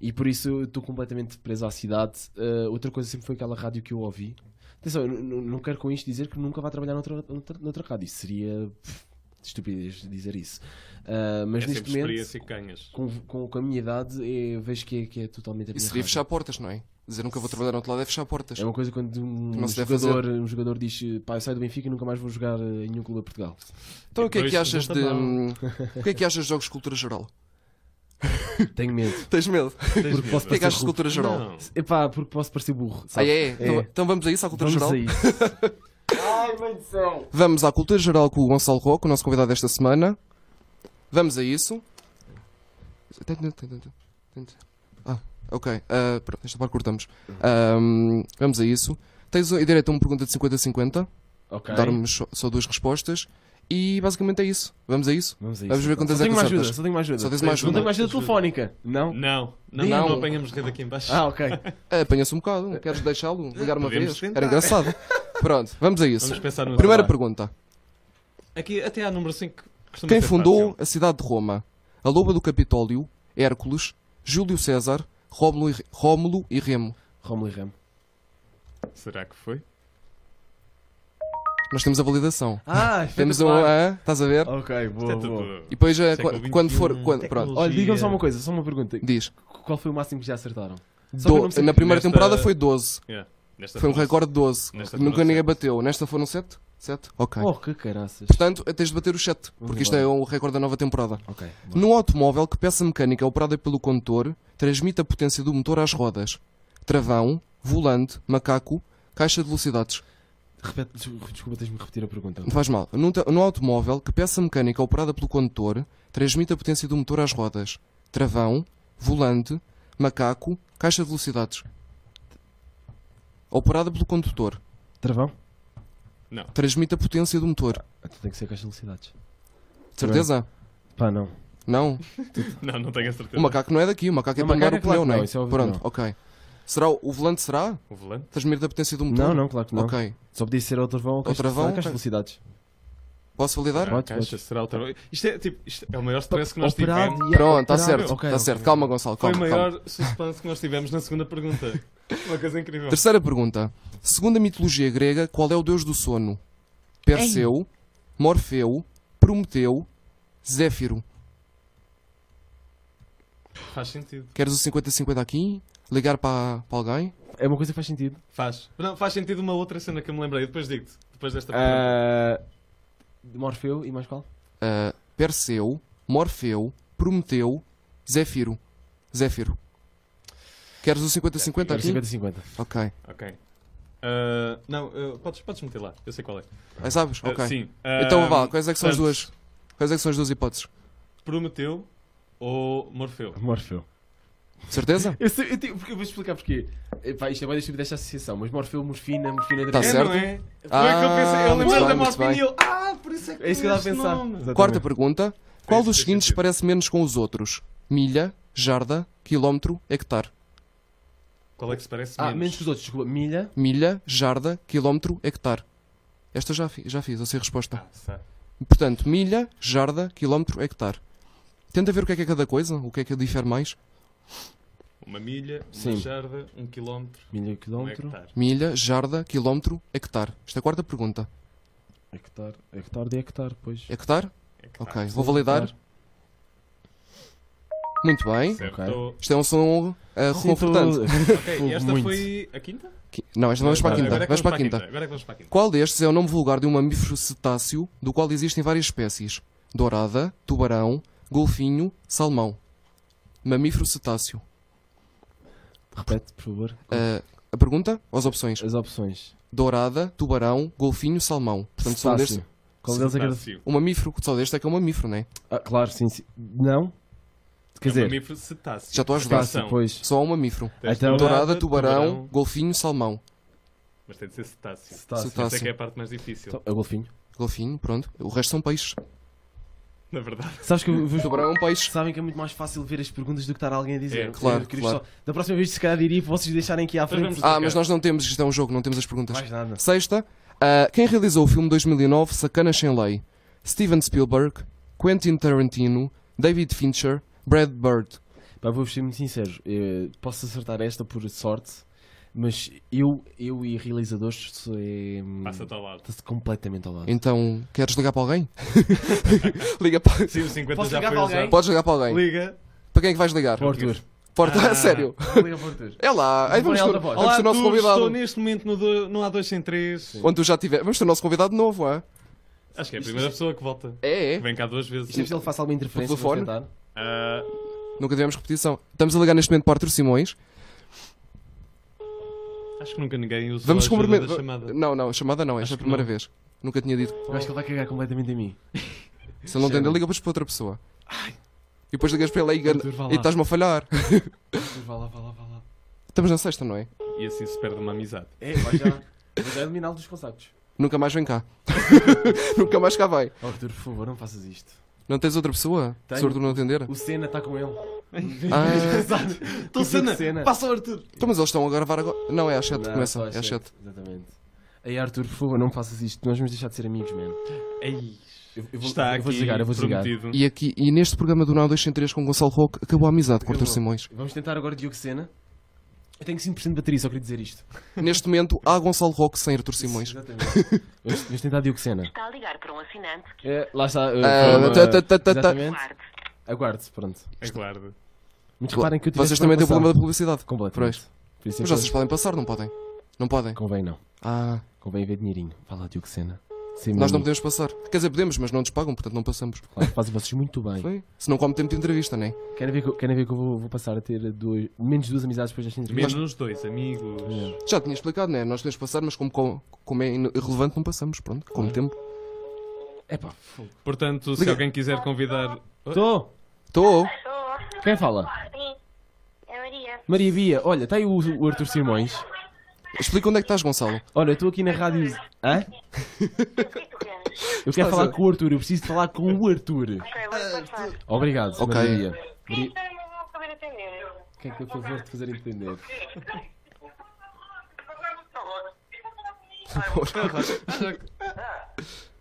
E por isso eu estou completamente preso à cidade. Uh, outra coisa sempre foi aquela rádio que eu ouvi. Atenção, eu n- n- não quero com isto dizer que nunca vá trabalhar noutra, noutra, noutra rádio. Isso seria pff, estupidez dizer isso. Uh, mas é neste sempre momento, experiência que ganhas. com, com, com a minha idade, eu vejo que é, que é totalmente a minha E seria rádio. fechar portas, não é? Dizer nunca vou trabalhar no outro lado é fechar portas. É uma coisa quando Que um não se deve jogador, um jogador diz pá, eu saio do Benfica e nunca mais vou jogar eh, em nenhum clube a Portugal. Então o que é que Pois, achas de. não O que é que achas de jogos de cultura geral? Tenho medo. Tens medo? O Tens Porque posso que é medo? que achas de cultura geral? Não. Epá, porque posso parecer burro. Ah, sabe? é? é. Então, então vamos a isso, à cultura geral? Vamos a isso. Vamos à cultura geral com o Gonçalo Rocco, o nosso convidado desta semana. Vamos a isso. Ah, ok. Ah, pronto, esta parte cortamos. Ahm, vamos a isso. Tens o- direito a uma pergunta de 50-50. Ok. Darmos só, só duas respostas. E basicamente é isso. Vamos a isso. Vamos a isso. Vamos ver então. quantas Só é tenho que uma ajuda, acertas. só tenho uma ajuda. Só tens uma Não ajuda. tenho uma ajuda telefónica. Não? Não, não, Não. não, apanhamos rede aqui em baixo. Ah, ok. Ah, Apanha-se um bocado. Queres deixá-lo ligar uma Podemos vez? tentar. Era engraçado. Pronto, vamos a isso. Vamos pensar no Primeira pergunta. Aqui até há número 5. Quem é fundou a cidade de Roma? A Loba do Capitólio, Hércules, Júlio César, Rómulo e, Re- Rómulo e Remo. Romulo e Remo. Será que foi? Nós temos a validação. Ah, Temos um A, estás a ver? Ok, boa, Isto é boa. tudo- E depois, eh, século qu- quando for. 21, Quando, pronto, Olha, digam só uma coisa, só uma pergunta. diz. Qual foi o máximo que já acertaram? Só Do- para eu não me na sentir- primeira nesta- temporada foi 12. Yeah, nesta Foi um frase. recorde de 12. Nesta Nunca foram ninguém sete. bateu. Nesta foram 7? 7? Ok. Oh, que caraças. Portanto, tens de bater os 7, porque isto é embora. o recorde da nova temporada. Ok. boa. Num automóvel que peça mecânica operada pelo condutor transmite a potência do motor às rodas. Travão, volante, macaco, caixa de velocidades. Repete, des- desculpa, tens-me repetir a pergunta. Não faz mal. Num, te- num automóvel que peça mecânica operada pelo condutor transmite a potência do motor às rodas. Travão, volante, macaco, caixa de velocidades. operada é pelo condutor, Travão? Não. transmite a potência do motor. Então tem que ser com as velocidades. De certeza? Pá, não. Não? Não, não tenho a certeza. O macaco não é daqui, o macaco é Não, para mudar macaco o é pneu, claro que não não, é? isso é óbvio Pronto, que ok. Será o o volante será? O volante? Transmite a potência do motor? Não, não, é? claro que não. Então, Ok. Só podia ser ao travão ou com Ao as- travão, com as ok. velocidades. Posso validar? Será a Pode, caixa? pode. Será o travão? Isto é, tipo, isto é o maior stress que nós Operado tivemos. e- Pronto, está operado. certo. Ok, está ok. certo. Calma, Gonçalo. Foi Calma, o calma. maior suspense que nós tivemos na segunda pergunta. Uma coisa incrível. Terceira pergunta. Segundo a mitologia grega, qual é o deus do sono? Perseu, Morfeu, Prometeu, Zéfiro. Faz sentido. Queres o 50-50 aqui? Ligar para, para alguém? É uma coisa que faz sentido. Faz. Não, faz sentido uma outra cena que eu me lembrei. Depois digo-te. Depois desta pergunta. Ah, Morfeu e mais qual? Ah, Perseu, Morfeu, Prometeu, Zéfiro. Zéfiro. Queres o 50-50 Tá aqui? 50-50. Ok. Ok. Ah, não, ah, podes, podes meter lá. Eu sei qual é. Ah, sabes? Ah, Ok. sim. Então Ah, vá, quais é que são as portanto, duas? Quais é que são as duas hipóteses? Prometeu ou Morfeu? Morfeu. Certeza? Eu, sei- eu tenho- porque eu vou explicar porquê. Epá, isto é bem estúpido esta associação, mas Morfeu, morfina, morfina... Tá é, certo. Não é? Foi o que eu Ah, pensei. Eu muito lembrei da bem, muito morfina bem. e eu. Ah, por isso é que É isso que eu estava a pensar. Nome. Exatamente. Quarta pergunta. Qual Fez- dos fez seguintes sentido. parece menos com os outros? Milha, jarda, quilómetro, hectare. Qual é que se parece Ah, menos? menos que os outros, desculpa. Milha. Milha, jarda, quilómetro, hectare. Esta eu já, fi- já fiz, eu sei a resposta. Ah, sabe. Portanto, milha, jarda, quilómetro, hectare. Tenta ver o que é que é cada coisa, o que é que difere mais. Uma milha, uma Sim. jarda, um quilómetro, Milha, um quilómetro. hectare. Milha, jarda, quilómetro, hectare. Esta é a quarta pergunta. Hectare. Hectare de hectare, pois. Hectare? Hectare. Ok, vou validar. Muito bem. Certo. Ok. Isto é um som ah, reconfortante. Ok, e esta Muito. foi a quinta? Qui- Não, esta vamos para a Agora- agora quinta. é que vamos Vamos para a quinta. Agora é que vamos para a quinta. Qual destes é o nome vulgar de um mamífero cetáceo do qual existem várias espécies? Dourada, tubarão, golfinho, salmão. Mamífero cetáceo. Repete, por favor, Ah, a pergunta? Ou as opções? as opções. Dourada, tubarão, golfinho, salmão. Portanto, só um Cetáceo. deste. Qual deles é que era... Cetáceo. Um mamífero, só deste é que é um mamífero, não é? Ah, claro, sim, sim. Não? Quer É um dizer, mamífero cetáceo. Já estou a ajudar. fácil, pois. Só há um mamífero. Tens Então- Dourada, tubarão, golfinho, salmão. Mas tem de ser cetáceo. Cetáceo. Essa é que é Cetáceo. a parte mais difícil, Então, É o golfinho. Golfinho, pronto. O resto são peixes. na verdade. Sabes que eu vos... Tubarão é um peixe. Sabem que é muito mais fácil ver as perguntas do que estar alguém a dizer. É, claro, Eu queria claro. só- Da próxima vez, se calhar, diria para vocês deixarem aqui à Mas frente. vamos- Ah, mas nós não temos, isto é um jogo, não temos as perguntas. Mais nada. Sexta, ah, quem realizou o filme 2009 Sacanas Sem Lei? Steven Spielberg, Quentin Tarantino, David Fincher, Brad Bird. Pá, vou ser muito sincero. eh, posso acertar esta por sorte, mas eu, eu e realizadores sou, eh, Passa-te ao lado. está-se completamente ao lado. Então, queres ligar para alguém? Liga para... Sim, os 50 Posso já ligar foi para alguém? usado. Podes ligar para alguém. Liga. Para quem é que vais ligar? Para o Arthur. Porta, Ah. sério. Liga para o Arthur. É lá, aí vamos Põe ter, alta voz. vamos ter o nosso Arthur, estou convidado. neste momento no, do, no A2 sem 3. Onde tu já tiver. Vamos ter o nosso convidado novo, é? Acho que é a primeira pessoa que volta. É, Que vem cá duas Isto é vezes. preciso que ele faça alguma interferência. Por telefone? vou tentar. Ah, Nunca tivemos repetição. Estamos a ligar neste momento para o Arthur Simões. acho que nunca ninguém usou Vamos a ajuda cumprimentar. da chamada. Não, não, chamada não, esta é a que primeira não. vez. Nunca tinha dito. Eu acho que ele vai cagar completamente em mim. Se ele não entender, liga depois para outra pessoa. E depois ligas para ele e Arthur, vá lá. e estás-me a falhar. Arthur, vá lá, vá lá, vá lá. Estamos na sexta, não é? E assim se perde uma amizade. É, vai já. Vai já eliminá-lo dos contactos. Nunca mais vem cá. Nunca mais cá vai. Oh, Arthur, por favor, não faças isto. Não tens outra pessoa? Tenho. Se o tá Arthur não atender? O Senna está com ele. Ah, Então, Estou cena. Passa o Arthur. então, mas eles estão a gravar agora. Não, é às 7 que Não, começa. só É às 7. Exatamente. Aí, Arthur, por favor, não faças isto. Nós vamos deixar de ser amigos, mano. Ei, Eu, eu vou, está eu aqui vou desligar, eu vou desligar. prometido. E aqui, e neste programa do Now 203 com Gonçalo Roque, acabou a amizade com o Arthur Acabou. Simões. Vamos tentar agora Diogo Sena. Eu tenho 5% de bateria, só queria dizer isto. Neste momento, há Gonçalo Roque sem Arthur Simões. Exatamente. vamos, vamos tentar Diogo Sena. Está a ligar para um assinante que É, lá está. eh, Ah, forma- tá, tá, tá, tá, tá. Exatamente. guarde. Aguarde, pronto. É Aguarde. Mas reparem que eu tive Vocês esta também têm o informação. problema da publicidade. Completamente. Por isso é Mas que- vocês podem passar, não podem? Não podem? Convém não. Ah, Convém ver dinheirinho. Fala, Diogo Sena. Sim, meu nós não amigo. podemos passar. Quer dizer, podemos, mas não nos pagam, portanto não passamos. Claro, fazem vocês muito bem. Foi? Se não come tempo de entrevista, né? nem. Querem ver que, eu- querem ver que eu vou, vou passar a ter duas, menos duas amizades depois desta entrevista? Menos dois amigos. Já tinha explicado, né? Nós podemos passar, mas como, como- como é in- irrelevante, não passamos. Pronto, como tempo. É pá, fogo. Portanto, se Liga. alguém quiser convidar. Tô! Estou. Sou, Quem fala? sim. É Maria. tá Maria Bia, olha, está aí o, o Arthur Simões. Explica onde é que estás, Gonçalo. Olha, eu estou aqui na rádio. Hã? Eu Estás quero falar a- com o Arthur, eu preciso falar com o Arthur. Ok, vou passar. Obrigado, Ok. Maria. é Sim, então não vou saber atender. Quem é que é o favor de fazer entender?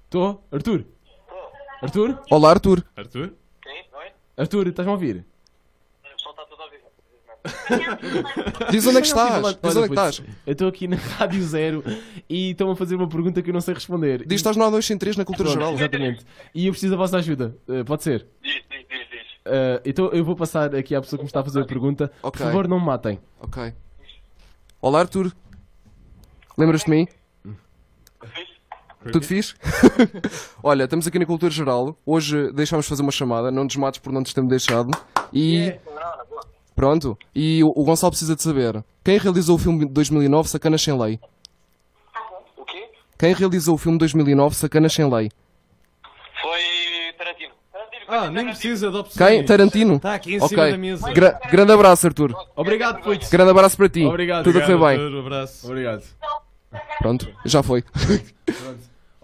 Estou? Arthur? Arthur? Olá, Arthur. Arthur? Arthur, estás-me a ouvir? Diz onde é que Olha, estás. olha, Diz onde é que putz, estás. Eu estou aqui na Rádio Zero e estão a fazer uma pergunta que eu não sei responder. Diz que estás no A203 na cultura Pronto, geral. Exatamente. E eu preciso da vossa ajuda. Eh, pode ser? Diz, diz, diz, diz. Eh, então eu vou passar aqui à pessoa que me está a fazer a pergunta. Ok. Por favor, não me matem. Ok. Olá, Arthur. Lembras-te de mim? Tudo fixe? Olha, estamos aqui na Cultura Geral. Hoje deixámos fazer uma chamada. Não nos mates por não te termos deixado. E. Pronto. E o o Gonçalo precisa de saber. Quem realizou o filme de 2009, Sacanas Sem Lei? O quê? Quem realizou o filme de 2009, Sacanas Sem Lei? Foi Tarantino. Tarantino. Ah, nem precisa de opções. Quem? Tarantino? Está aqui Tá em Ok. cima da mesa. Gra- grande abraço, Arthur. Obrigado, Puts. Grande abraço para ti. Obrigado. Tudo a correr bem. Arthur, abraço. Obrigado. Pronto, já foi.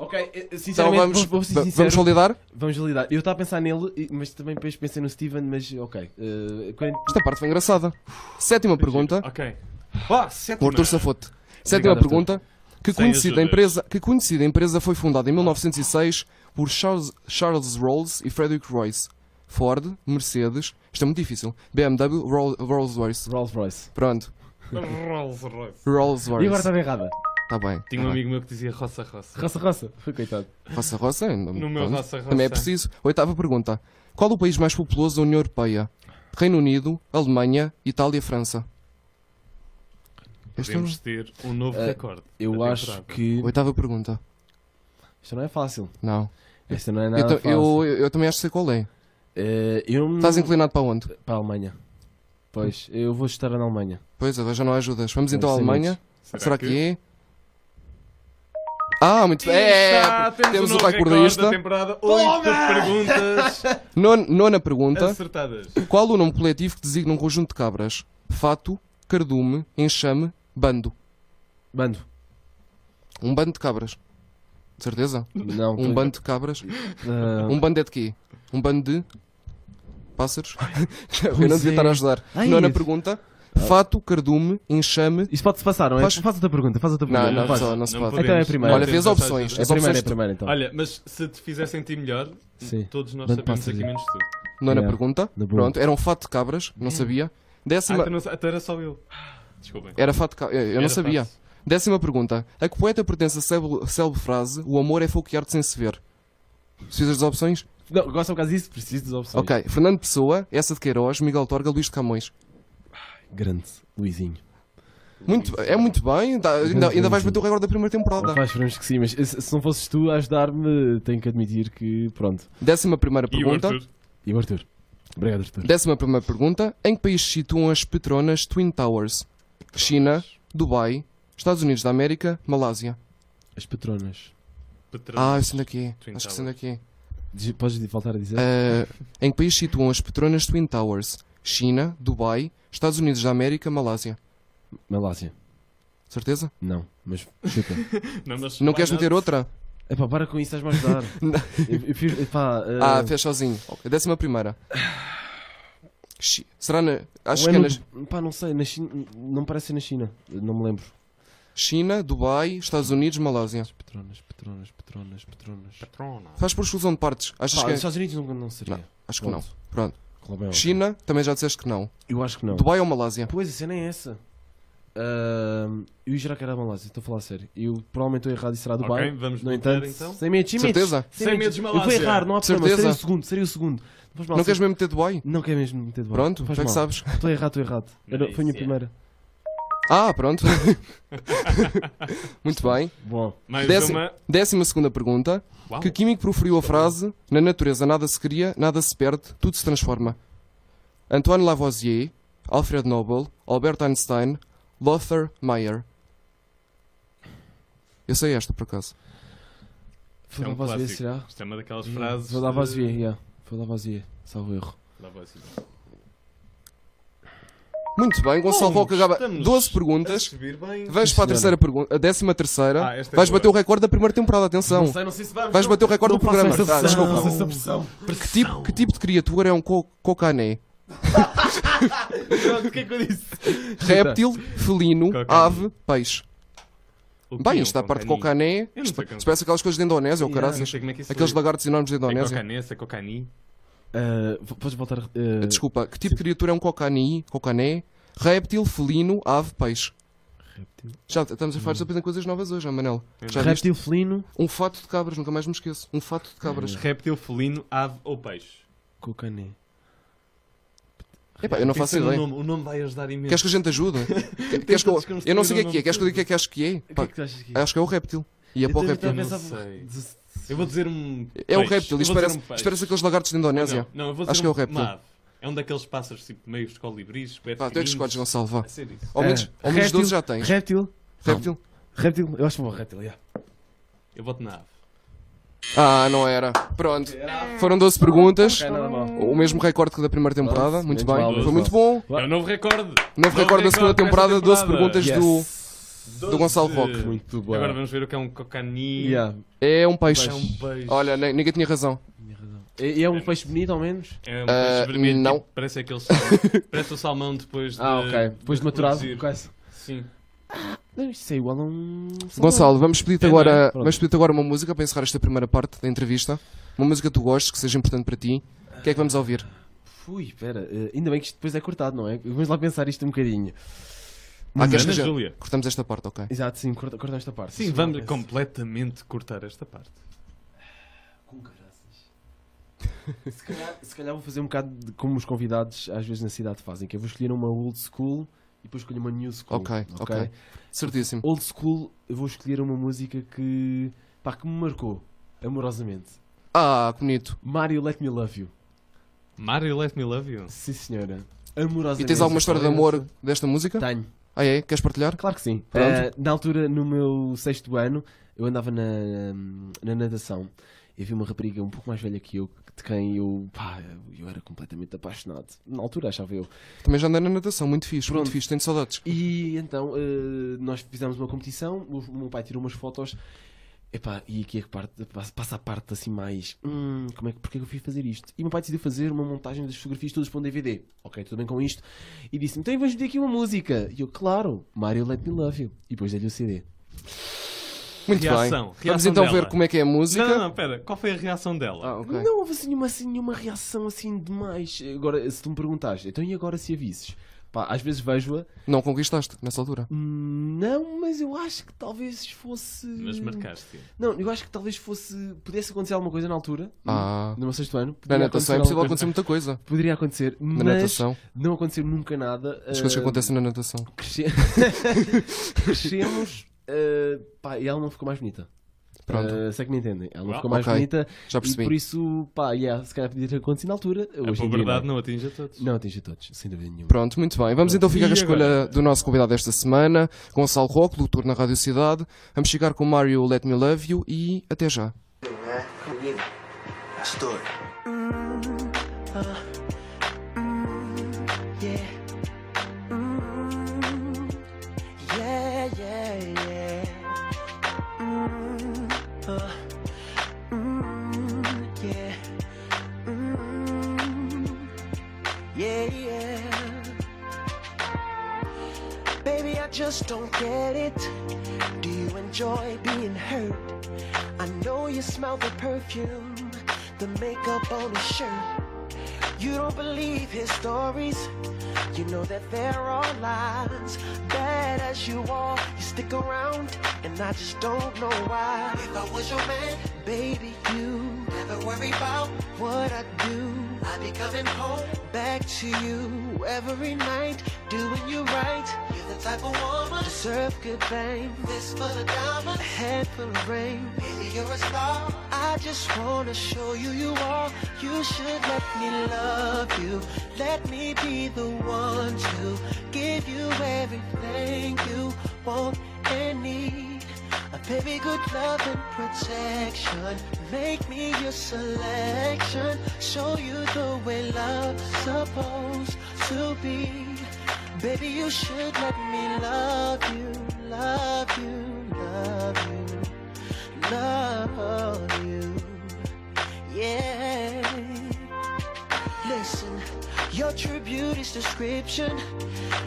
Ok, eh, Então sinceramente, vamos, vou, vou ser va- sincero. vamos validar? Vamos lidar. Eu estava a pensar nele, e- mas também depois pensei no Steven, mas ok. Eh, quando- Esta parte foi engraçada. Sétima pergunta. Ok. Ah, Com sétima. Arthur Safote. Sétima Arthur. pergunta. Que Sem conhecida, ajudas. empresa, que conhecida empresa foi fundada em 1906 por Charles, Charles Rolls e Frederick Royce? Ford, Mercedes, isto é muito difícil, BMW, Roll- Rolls-Royce. Rolls Royce. Pronto, E Rolls Royce. agora tá- Rolls-Royce. estava errada. Está Tá bem. Tinha um amigo meu que dizia roça roça. Roça, roça. Foi coitado. Roça, roça, ainda No meu pronto. roça, Também é roça. preciso. Oitava pergunta. Qual o país mais populoso da União Europeia? Reino Unido, Alemanha, Itália, França. Esta é Podemos ter um novo Eh, recorde. Eu da acho temporada. que. uma- Oitava pergunta. Isto não é fácil. Não. Esta não é Eu, nada ta- fácil. Então, eu, eu, eu também acho que sei qual é. Eh, eu não- Estás inclinado para onde? Para a Alemanha. Pois, eu vou estar na Alemanha. Pois é, já não há ajudas. Vamos então à Deve ser Alemanha. Será Será, que... é? Ah, muito bem. É, temos o um novo recordista. da temporada. Oito perguntas Non- nona Então? pergunta. acertadas. Qual o nome coletivo que designa um conjunto de cabras? Fato, cardume, enxame, bando. Bando. Um bando de cabras. De certeza? Não, Um bando de cabras? Ah, Um bando é de quê? Um bando de... Pássaros? Eu Pois não devia é. estar a ajudar. Ai, Nona isso. pergunta. Fato, cardume, enxame... Isso pode-se passar, não é? Faz- Faz outra pergunta, faz outra pergunta. Não, não, Faz. só- não se pode. Então é a primeira. Olha, Não, vê as temos opções. É a As primeira, é opções a primeira então. Olha, mas se te fizer sentir melhor, Sim. todos nós Manda sabemos passas aqui aí. menos tu. Nona Yeah, pergunta. na boa. Pronto, era um fato de cabras, não sabia. Ah, Décima. então não- então era só eu. Desculpem. Era fato de cabras. Eu Era não sabia. fácil. Décima pergunta. A que poeta pertence a célebre, célebre frase: O amor é foquear-te sem se ver? Precisas das opções? Não, gosta por causa disso? Preciso das opções. Ok. Fernando Pessoa, essa de Queiroz, Miguel Torga, Luís de Camões. Grande, Luizinho. Muito, é muito bem. dá- ainda, ainda vais bater o recorde da primeira temporada. Rapaz, esperamos que sim, mas se se não fosses tu a ajudar-me, tenho que admitir que. Pronto. Décima primeira E o pergunta. Arthur? E o Arthur? Obrigado, Arthur. Décima primeira pergunta. Em que país se situam as Petronas Twin Towers? China, Dubai, Estados Unidos da América, Malásia. As patronas. Petrão. Ah, eu sei daqui. Twin Acho que Towers. sei daqui. Diz- Podes voltar a dizer? Uh, é. em que país situam as Petronas Twin Towers? China, Dubai, Estados Unidos da América, Malásia. Malásia. Certeza? Não, mas chuta. Não, mas Não vai queres nada. meter outra? Epá, para com isso, estás-me a ajudar. eu, eu fiz. Epá, eh, Ah, fez sozinho. A décima primeira. Chi- Será na. Acho ou que é é no- na Pá, não sei, na China. Não parece ser na China. Não me lembro. China, Dubai, Estados Unidos, Malásia. Patronas, patronas, patronas, patronas. Patrona. Faz por exclusão de partes. Achas Pá, que nos é? Estados Unidos não, não seria. Acho que não. Pronto. é Pronto. Claro, bem, China, também já disseste que não. Eu acho que não. Dubai ou Malásia? Pois, a cena é essa. Ahm, eu jurava que era a Malásia, estou a falar a sério. Eu provavelmente estou errado e será Dubai. Ok, vamos no meter, entanto, então. sem medos, sem medos. Certeza? Sem medos, Eu vou Malásia. errar, não há problema. Certeza? Seria o segundo, seria o segundo. Depois Não Malásia- queres mesmo meter Dubai? Não quero mesmo meter Dubai. Pronto, Faz já que mal. sabes. Estou errado, estou errado. Era- foi a minha Malásia. primeira. Ah, pronto. Muito bem. Bom, Mais Décima- uma. Décima segunda pergunta. Uau. Que químico proferiu a frase Na natureza nada se cria, nada se perde, tudo se transforma? Antoine Lavoisier, Alfred Nobel, Albert Einstein, Lothar Mayer. Eu sei esta, por acaso. foi É lá um para clássico. será? Isto é uma daquelas frases. Foi lá de- para yeah. Foi lá para salvo erro. Lavoisier. Muito bem, Gonçalo Bom, Roca acaba estamos 12 a perguntas. subir bem. Vamos para a senhora. terceira pergunta, a décima terceira. Ah, esta é Vais boa. bater o recorde da primeira temporada, atenção. Não sei, não sei se vamos. Vais não- bater o recorde do não façam programa. essa Ah, pressão, não desculpa. façam essa pressão. Que tipo, que tipo de criatura é um co cocané? Pronto, o que é que eu disse? Réptil, felino, Cocané. ave, peixe. O que Bem, é isto um à parte de cocaína? cocané. Eu não isto pa- sei é como- isto Parece aquelas coisas da Indonésia, ou Yeah. caralho. Não sei como é que isso Aqueles é. lagartos enormes da É Indonésia. cocané, é cocani. Ah, v- podes voltar. a- ah, Desculpa, que tipo de criatura é um cocani, cocané? Réptil, felino, ave, peixe. Réptil. Já t- estamos a falar sempre em coisas novas hoje, ó Manel. Já viste? Réptil felino. Um fato de cabras, nunca mais me esqueço. Um fato de cabras. Réptil, felino, ave ou peixe? Cocané. Epá, eu não Tem que faço ser um ideia. nome, O nome vai ajudar imenso. Queres que a gente ajude? Que- Queres que eu... tantos que um eu não sei eu não sei o que é o que é. Queres que eu diga o que é que acho que é? O que Pá, é que tu achas que é? acho que é o réptil. E é para o Eu réptil. também réptil. estava a Não sei. pensar- Eu vou dizer um. É um peixe. réptil. Eu Isto vou dizer parece, um peixe. isto parece aqueles lagartos da Indonésia. Não, não, eu vou dizer Acho que é o um, réptil. uma ave. É um daqueles pássaros tipo meios colibris. bué Pá, tu é que fininhos. escolhes, Gonçalo, Oh. vá. Vai ser isso. Ao menos, Ah, ao menos réptil, 12 já tens. Réptil. Réptil? Réptil. Eu acho que vou réptil, já. Eu voto na ave. Ah, não era. Pronto. Foram 12 perguntas. É nada mal. O mesmo recorde que da primeira temporada. Doze. Muito Muito bem. mal, Foi doze. muito bom. É o novo recorde. Novo recorde da segunda desta temporada. 12 perguntas Yes. do. do Gonçalo Doze. Roque. Muito bem. Agora vamos ver o que é um cocani. Yeah, É um peixe. É um peixe. Olha, nem- ninguém tinha razão. tinha razão. E e é um peixe bonito, ao menos? É Ah, um peixe vermelho. não. tipo, parece aquele salmão. parece o salmão depois de. Ah, ok. Depois de maturado, reduzir. quase. Sim. Não, isto é igual a um. Gonçalo, vamos pedir-te É, não agora, Pronto. vamos pedir agora uma música para encerrar esta primeira parte da entrevista. Uma música que tu gostes, que seja importante para ti. O que é que vamos ouvir? Fui, pera. eh, ainda bem que isto depois é cortado, não é? Vamos lá pensar isto um bocadinho. Ah, queres que Ana seja- Júlia. Cortamos esta parte, ok. Exato, sim, corta, corta esta parte. Sim, vamos completamente cortar esta parte. Com caraças. Se calhar, se calhar vou fazer um bocado de como os convidados às vezes na cidade fazem, que eu vou escolher uma old school e depois escolher uma new school. Ok, ok. Certíssimo. Old school, eu vou escolher uma música que. pá, que me marcou amorosamente. Ah, que bonito. Mario Let Me Love You. Mario, let me love you. Sim, senhora. Amorosamente. E tens alguma história de amor desta música? Tenho. Ah, é? Queres partilhar? Claro que sim. Pronto. Eh, na altura, no meu sexto ano, eu andava na, na natação e vi uma rapariga um pouco mais velha que eu, de quem eu, pá, eu era completamente apaixonado. Na altura, achava eu. Também já andei na natação, muito fixe, muito Pronto. fixe, tenho saudades. E então, eh, nós fizemos uma competição, o o meu pai tirou umas fotos. Epá, e aqui é que parte- passa- passa a parte assim mais. Hum, como é que, porque é que eu fui fazer isto? E o meu pai decidiu fazer uma montagem das fotografias todas para um DVD. Ok, tudo bem com isto. E disse-me: então vamos meter aqui uma música. E eu, claro, Mario Let Me Love You. E depois dei-lhe o CD. Muito Reação, bem. Vamos reação então dela. ver como é que é a música. Não, não, não, pera. Qual foi a reação dela? Ah, ok. Não houve assim nenhuma, assim, nenhuma reação assim demais. Agora, se tu me perguntares, então e agora se avises? Pá, às vezes vejo-a, Não conquistaste nessa altura. "Hum, não, mas eu acho que talvez fosse. Mas marcaste. Não, eu acho que talvez fosse. Pudesse acontecer alguma coisa na altura. Ah. No meu sexto ano. Na poderia natação é alguma possível coisa. acontecer muita coisa. Poderia acontecer, Na mas natação. não aconteceu nunca nada. As Eh, coisas que ah, acontecem na natação. cresce- Crescemos. ah, pá, e ela não ficou mais bonita. Pronto. Ah, sei que me entendem. Ela não Uau, ficou mais ok. bonita. Já E por percebi. isso, pá, yeah, se calhar podia ter acontecido na altura. A Hoje em dia é? puberdade não atinge a todos. Não atinge a todos, sem dúvida nenhuma. Pronto, muito bem. Vamos então ficar com a E escolha agora? do nosso convidado desta semana, Gonçalo Roque, doutor na Rádio Cidade. Vamos chegar com o Mario Let Me Love You e até já. man. Comigo. A história. Yeah. Mm, yeah, yeah, yeah. Mm, uh, mm, yeah. Mm, yeah, yeah. Baby, I just don't get it. Do you enjoy being hurt? I know you smell the perfume, the makeup on his shirt. You don't believe his stories. You know that there are lies. Bad as you are, you stick around, and I just don't know why. If I was your man, Baby, you never worry about what I do. I'd be coming home. Back to you every night, doing you right. You're the type of woman. Deserve good fame, This for the diamond. a head full of rain. Baby, you're a star. I just wanna show you you are. You should let me love you. Let me be the one to give you everything you want and need. A baby, good love and protection. Make me your selection. Show you the way love's supposed to be. Baby, you should let me love you, love you, love you, love you. Yeah. Listen, your true beauty's description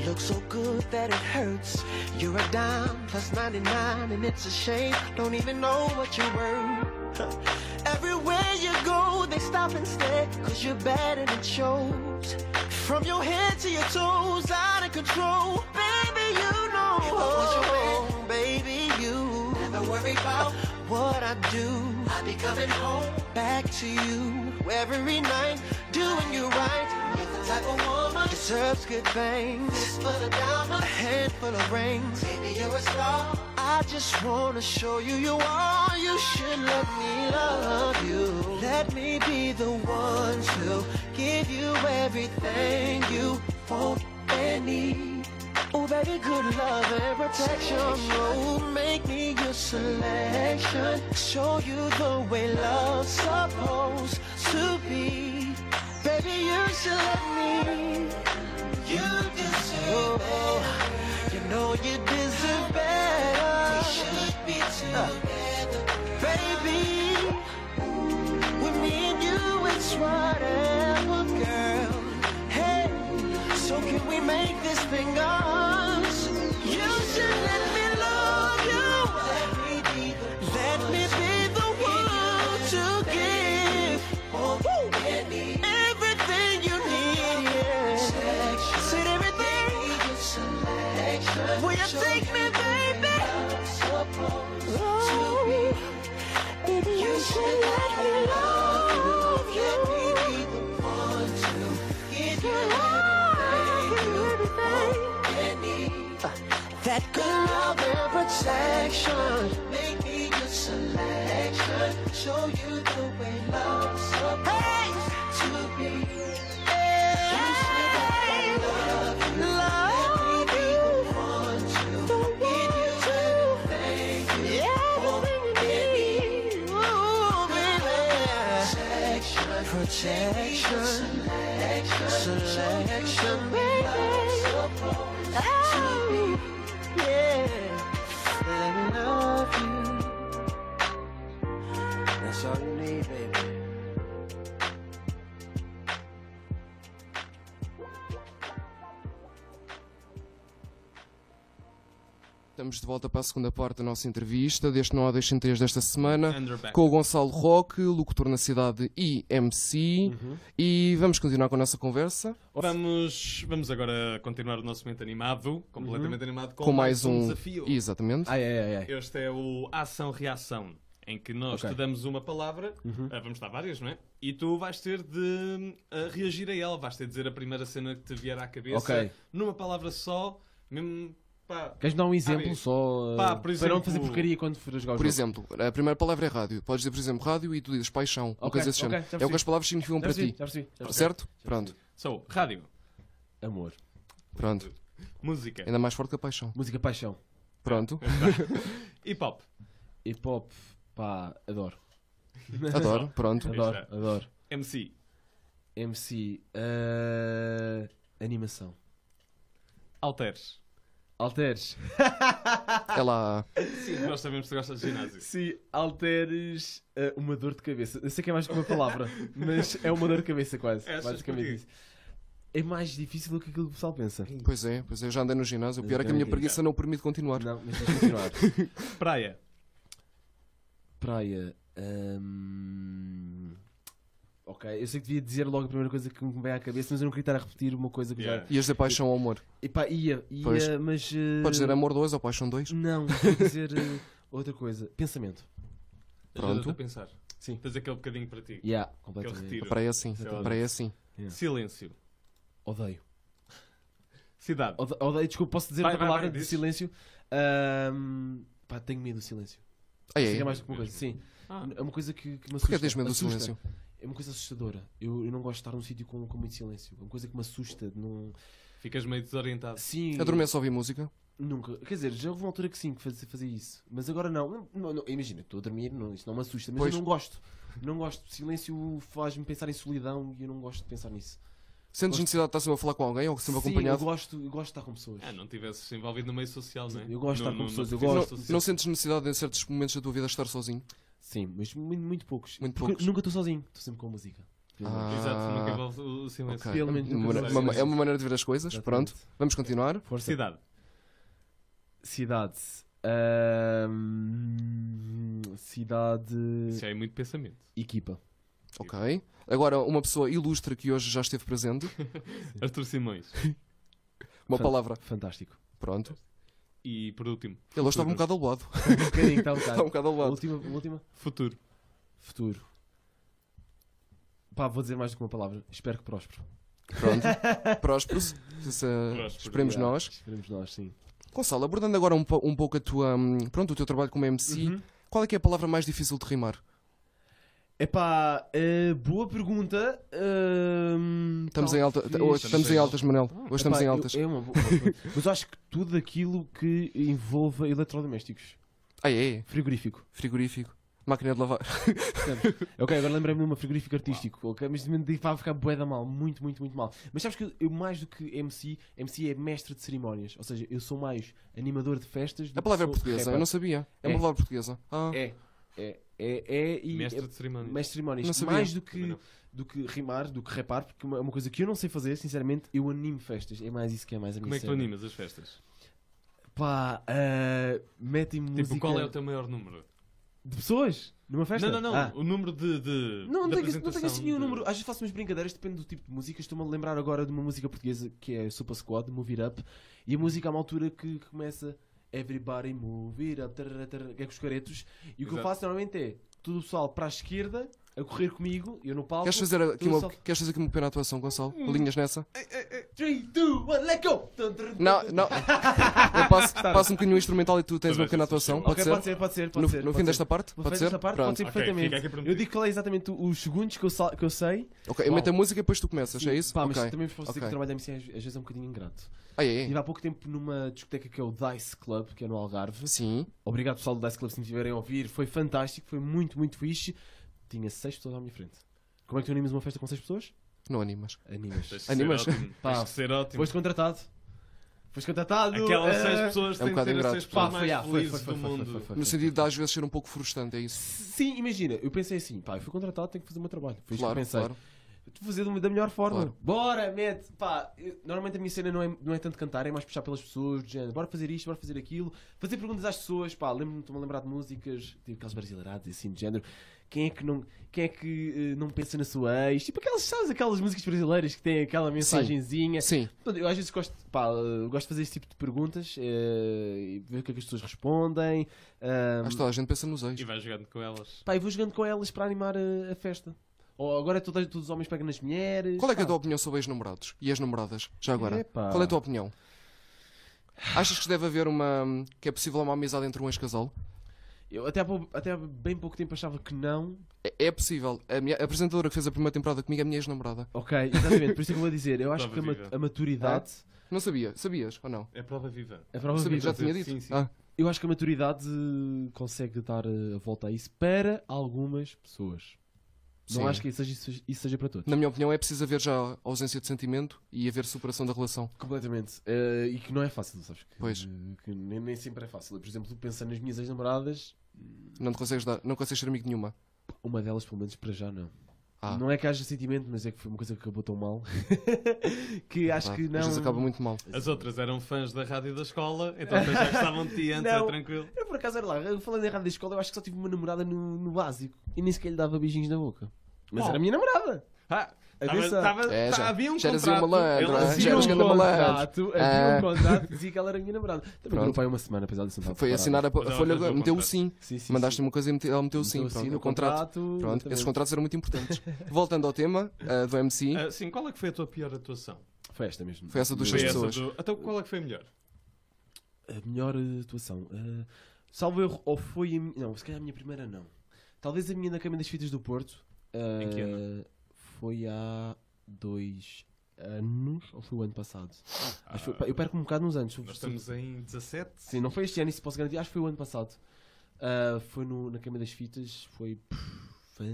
looks so good that it hurts. You're a dime plus 99, and it's a shame. Don't even know what you're worth. Everywhere you go, they stop and stare, cause you're bad and it shows. From your head to your toes, out of control. Baby, you know. Oh, What was your plan? baby, you. Never worry about What I do I be coming home. back to you every night, doing you right. You're the type of woman. Deserves good things, This for the a diamond. handful of rings. Baby, you're a star. I just wanna show you you are. You should let me love you. Let me be the one to give you everything you want and need. Oh, baby, good love and protection. Oh, make me your selection. Show you the way love's supposed to be. Baby, you should let me. You deserve Oh, you know you deserve better. it. Should be together. Baby, with me and you, it's whatever, girl. Hey, so can we make this thing ours? You should let me love you. Let me be the Let me be the one to give everything you need. Yeah. Said everything. selection. Will you take me, baby? Oh, baby, you should let me love you. Let me be the one to give you everything. That good love and protection. Make me your selection. Show you the way love's supposed to be. You said that I love you. Let me Love be you. the one to The give you everything one to you want. everything you need. Ooh, baby. Protection. Protection, selection, baby. Baby. Oh, yeah. Let me love you. That's all you need, baby. Estamos de volta para a segunda parte da nossa entrevista, deste Não Há Dois Sem Três desta semana, And they're back. com o Gonçalo Roque, locutor na cidade e MC. E vamos continuar com a nossa conversa. Vamos, vamos agora continuar o nosso momento animado, completamente animado, com, Uhum. com mais um. desafio. Exatamente. Ai, ai, ai, ai. Este é o ação-reação, em que nós Ok. te damos uma palavra, Uhum. ah, vamos dar várias, não é? E tu vais ter de ah, reagir a ela, vais ter de dizer a primeira cena que te vier à cabeça, Ok. numa palavra só, mesmo pá. Queres dar um exemplo Ah, é. só? uh, Pá, por para não exemplo- fazer porcaria quando for jogar o Por jogo? exemplo, a primeira palavra é rádio. Podes dizer, por exemplo, rádio e tu dizes paixão. uma Ok, coisa desse ok, género. é já o que percebi. as palavras significam Já para percebi, ti. já percebi, já percebi. Certo? Pronto, Sou, rádio, Amor. pronto. música, Ainda mais forte que a paixão. Música paixão. Pronto, hip hop. Hip hop. Pá, adoro. adoro, pronto. Adoro, Está. adoro. MC, MC. uh, Animação. alteres. Alteres. É lá. Sim, nós sabemos que tu gostas de ginásio. Se alteres uh, uma dor de cabeça. Eu sei que é mais que uma palavra, mas é uma dor de cabeça quase. Essas basicamente porquê? isso. É mais difícil do que aquilo que o pessoal pensa. Pois é, pois é. Já andei no ginásio. O pior é que a minha Exatamente. preguiça não permite continuar. Não, mas vamos continuar. Praia, Praia. hum, Ok, eu sei que devia dizer logo a primeira coisa que me vem à cabeça, mas eu não queria estar a repetir uma coisa que Yeah. já. Ias dizer paixão ou amor. Epá, ia, ia, Pois. mas. eh, Podes dizer amor 2 ou paixão 2. Não, vou dizer eh, outra coisa. Pensamento. Pronto. ajuda-te a pensar. Sim. Tens aquele bocadinho para ti. Yeah, Eu completamente. retiro. Para é assim, para é assim. Silêncio, Odeio. cidade, Ode- Odeio, desculpa, posso dizer Vai, outra vai, palavra vai, de diz. silêncio? Hum, Pá, tenho medo do silêncio. Ai, Sei que é ai. mais do que uma coisa, sim. Ah. É uma coisa que, que me assusta. Porquê tens medo do Assusta. silêncio? É uma coisa assustadora. Eu, eu não gosto de estar num sítio com, com muito silêncio. É uma coisa que me assusta. de Não... ficas meio desorientado. Sim. Adormeço a ouvir música. Nunca. Quer dizer, já houve uma altura que sim, que fazia, fazia isso. Mas agora não. Não, não. Imagina, estou a dormir, não, isso não me assusta. Mas Pois. eu não gosto. Não gosto. Silêncio faz-me pensar em solidão e eu não gosto de pensar nisso. Sentes necessidade de estar sempre a falar com alguém ou sempre Sim, acompanhado? Eu gosto, eu gosto de estar com pessoas. Ah, não tivesse envolvido no meio social, não é? Eu gosto de estar Não- com não- pessoas, não eu tivesse gosto. social. Não sentes necessidade de, em certos momentos da tua vida estar sozinho? Sim, mas muito, muito poucos. Muito Porque poucos. Nunca estou sozinho, estou sempre com música. Ah, Exato, nunca envolve o o silêncio. ok. Pelo menos nunca Uma- sei. uma- é uma maneira de ver as coisas. Exatamente. Pronto, vamos continuar. Força. Cidade. Cidade. Ahm, cidade. Isso aí é muito pensamento. Equipa. Ok. Agora, uma pessoa ilustre que hoje já esteve presente. Arthur Simões. Uma Fan- palavra. Fantástico. Pronto. E por último, Ele hoje estava um bocado aluado. Um bocadinho, está um Está um bocado. bocado A aluado. última, a última. futuro. Futuro. Pá, vou dizer mais do que uma palavra. Espero que próspero. Pronto. Prósperos. Se- Esperemos Yeah, nós. Esperemos nós, sim. Gonçalo, abordando agora um, po- um pouco a tua, hum, pronto, o teu trabalho como MC, Uhum. qual é que é a palavra mais difícil de rimar? Epá, eh, boa pergunta. Ahm, Estamos em, alta, talvez- hoje estamos em altas, Manel. Hoje estamos Epá, em eu- altas. é uma boa- uma boa- mas eu acho que tudo aquilo que envolva eletrodomésticos. Ai, ai, Frigorífico. Ah, é, frigorífico, máquina de lavar. Ok, agora lembrei-me de uma frigorífico artístico. Ok, mas de momento vai ficar bué da mal. Muito, muito, muito mal. Mas sabes que eu, mais do que MC, MC é mestre de cerimónias. Ou seja, eu sou mais animador de festas. do A palavra é que sou portuguesa, eu rapper. não sabia. É É. uma palavra portuguesa. Ah, É, é, é, é e Mestre é- de cerimónias. mestre de cerimónias. Não sabia. Mais do Também que, não. do que rimar, do que repar, porque uma- é uma coisa que eu não sei fazer, sinceramente, eu animo festas. É mais isso que é mais a minha Como é que tu cena. animas as festas? Pá, ah, metem música Tipo, qual é o teu maior número? de pessoas numa festa. Não, não, não. Ah. O número de. de Não, não tenho, não de tenho assim apresentação nenhum de- número. Às vezes faço umas brincadeiras, depende do tipo de música. Estou-me a lembrar agora de uma música portuguesa que é Super Squad, Move It Up. E a música há uma altura que, que começa Everybody Move It Up, tarará, tarará, que é com os caretos. E o que eu Exato. faço normalmente é todo o pessoal para a esquerda, a correr comigo, eu no palco. Queres fazer aqui todo o uma, pessoal- queres fazer aqui uma pequena atuação, Gonçalo? Hum. Linhas nessa? É 3, 2, 1, let go! Tum, tum, tum. Não, não. Eu passo, passo um bocadinho o instrumental e tu tens Talvez uma pequena isso atuação. seja bom. Pode, Tá. Ok, ser? pode ser, pode ser, pode No, ser. no pode fim ser. desta parte? No Pode fim ser? desta parte, pode ser Ok, perfeitamente. fica aqui prometido. eu digo qual é exatamente os segundos que eu, sa- que eu sei. Ok, eu meto a música e depois tu começas, é isso? Pá, mas Ok. Ah, é. também vos posso dizer que Ok. o trabalho da MC às às vezes é um bocadinho ingrato. Ai, Estive ai. há pouco tempo numa discoteca que é o Dice Club, que é no Algarve. Sim. Obrigado pessoal do Dice Club se me tiverem a ouvir. Foi fantástico, foi muito, muito fixe. Tinha seis pessoas à minha frente. Como é que tu animas uma festa com seis pessoas? Não animas. Animas. Tens de ser Animas. ótimo, Pá, tens de ser ótimo. Foste contratado. Foste contratado. Aquelas eh, seis pessoas É um têm de bocado ser as ingrato. seis Pá, pessoas foi, ah, foi, mais foi, felizes foi, do foi, foi, foi, mundo. foi, No foi. sentido de às vezes ser um pouco frustrante, é isso? Sim, imagina, eu pensei assim, pá, eu fui contratado, tenho que fazer o meu trabalho. Foi isso que eu Claro, pensei. claro. Vou fazer da- da melhor forma. Claro. Bora, mete. Pá, eu- normalmente a minha cena não é, não é tanto cantar, é mais puxar pelas pessoas, do género, bora fazer isto, bora fazer aquilo, fazer perguntas às pessoas, pá, lembro-me, estou-me a lembrar de músicas, tipo aquelas brasileiradas e assim, do género, quem é que não, quem é que eh, não pensa na sua ex, tipo aquelas, sabes, aquelas músicas brasileiras que têm aquela mensagenzinha. Sim. Portanto, eu às vezes gosto, pá, eh, gosto de fazer esse tipo de perguntas, eh, e ver o que é que as pessoas respondem, ah, Acho que toda a gente pensa nos ex. E vais jogando com elas. pá, e vou jogando com elas para animar eh, a, a festa. Ou agora todas- todos os homens pegam nas mulheres. Qual é que é pá. a tua opinião sobre ex-namorados e ex-namoradas? Já agora. Epá. Qual é a tua opinião? Achas que deve haver uma. que é possível uma amizade entre um ex-casal? Eu até há, pou- até há bem pouco tempo achava que não. É, é possível. A, minha- a apresentadora que fez a primeira temporada comigo é a minha ex-namorada. Ok, exatamente. Por isso é que eu vou dizer. Eu acho Prova que a, ma- viva. a maturidade. Não sabia? Sabias ou não? É prova viva. A prova Sabia, viva. Ah, já tinha Sim, dito. sim. Ah, Eu acho que a maturidade eh, consegue dar eh, a volta a isso para algumas pessoas. Sim. Não acho que isso seja, isso seja- isso seja para todos. na minha opinião, é preciso haver já ausência de sentimento e haver superação da relação. Completamente. Eh, e que não é fácil, sabes? Que, Pois. que nem, nem sempre é fácil. Eu, por exemplo, pensando nas minhas ex-namoradas, Não te consegues dar, não consegues ser amigo de nenhuma. uma delas, pelo menos para já, não. Ah. Não é que haja sentimento, mas é que foi uma coisa que acabou tão mal que acho Pá, que não. É Às vezes acaba muito mal. é As outras eram fãs da rádio e da escola, então até já gostavam de ti antes, é Não. tranquilo. Eu por acaso era lá, eu falando errado da escola, eu acho que só tive uma namorada no, no básico e nem sequer lhe dava beijinhos na boca. Mas Oh. era a minha namorada. Ah, Atenção. tava, tava, É, já- tá, havia um já eras contrato. um malandro, Ela- ah, havia já Havia eras um grande malandro. contrato, havia Ah. um contrato, dizia que ela era a minha namorada. Também Pronto. durou para aí uma semana, apesar disso não estava Foi preparado. assinar a, Mas a ela folha, fez o meteu o contrato. sim. Sim, sim, Mandaste-me uma coisa e mete- ela meteu o sim. Meteu Pronto, é sim no o contrato. contrato, Pronto, esses exatamente. contratos eram muito importantes. Voltando ao tema ah, do MC, Ah, sim, qual é que foi a tua pior atuação? Foi esta mesmo. Foi essa dos Foi As essa pessoas. do- Então qual é que foi a melhor? A melhor eh, atuação. eh, salvo erro, ou foi a minha. Não, se calhar a minha primeira não. Talvez a minha na Câmara das Fitas do Porto. eh, Em que ano? Foi há dois anos, ou foi o ano passado? Acho que foi- pá, eu perco um bocado nos anos. Ah. Nós estamos em 17. Sim, não foi este ano, isso posso garantir. Acho que foi o ano passado. Ah, foi no- na Câmara das Fitas. Foi pff,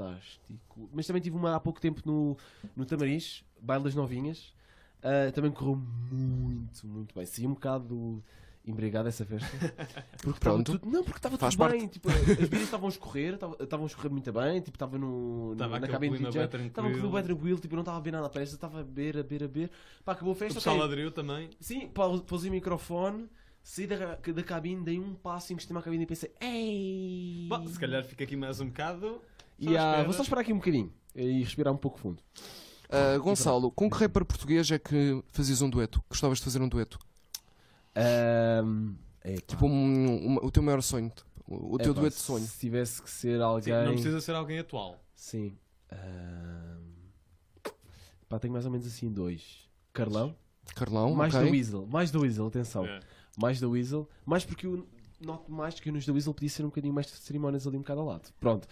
fantástico. Mas também tive uma há pouco tempo no, no Tamariz, Baile das Novinhas. Ah, também correu muito, muito bem. Saí um bocado embriagado essa festa. Porque estava Pronto. tudo- não, porque estava Faz tudo bem. Tipo, as vidas estavam a escorrer, estavam- estavam a escorrer muito bem. Tipo, estava no, no- Estava na aquele cabine de clima DJ. bué Estava tudo bem tranquilo. tranquilo. Tipo, eu não estava a ver nada à festa. Estava a beber, a beber, a beber. Pá, acabou a O festa. pessoal ok. aderiu também. Sim, pau- pausei o microfone, saí da, da cabine, dei um passo em que à cabine e pensei, ei! Bom, se calhar fica aqui mais um bocado. Só e ah, espera. vou só esperar aqui um bocadinho e respirar um pouco fundo. Ah, Gonçalo, com que rapper português é que fazias um dueto? Gostavas de fazer um dueto? Ahm, é epá, Tipo, um- um- o teu maior sonho. O o teu epá, dueto de sonho. Se tivesse que ser Sim, alguém. não precisa ser alguém atual. Sim. Ahm, Pá, tenho mais ou menos assim dois. Carlão, Carlão, mais ok. do Weasel, mais do Weasel, atenção. É. Mais do Weasel, mais porque eu noto mais que eu nos do Weasel podia ser um bocadinho mais de cerimónias ali um bocado ao lado. Pronto.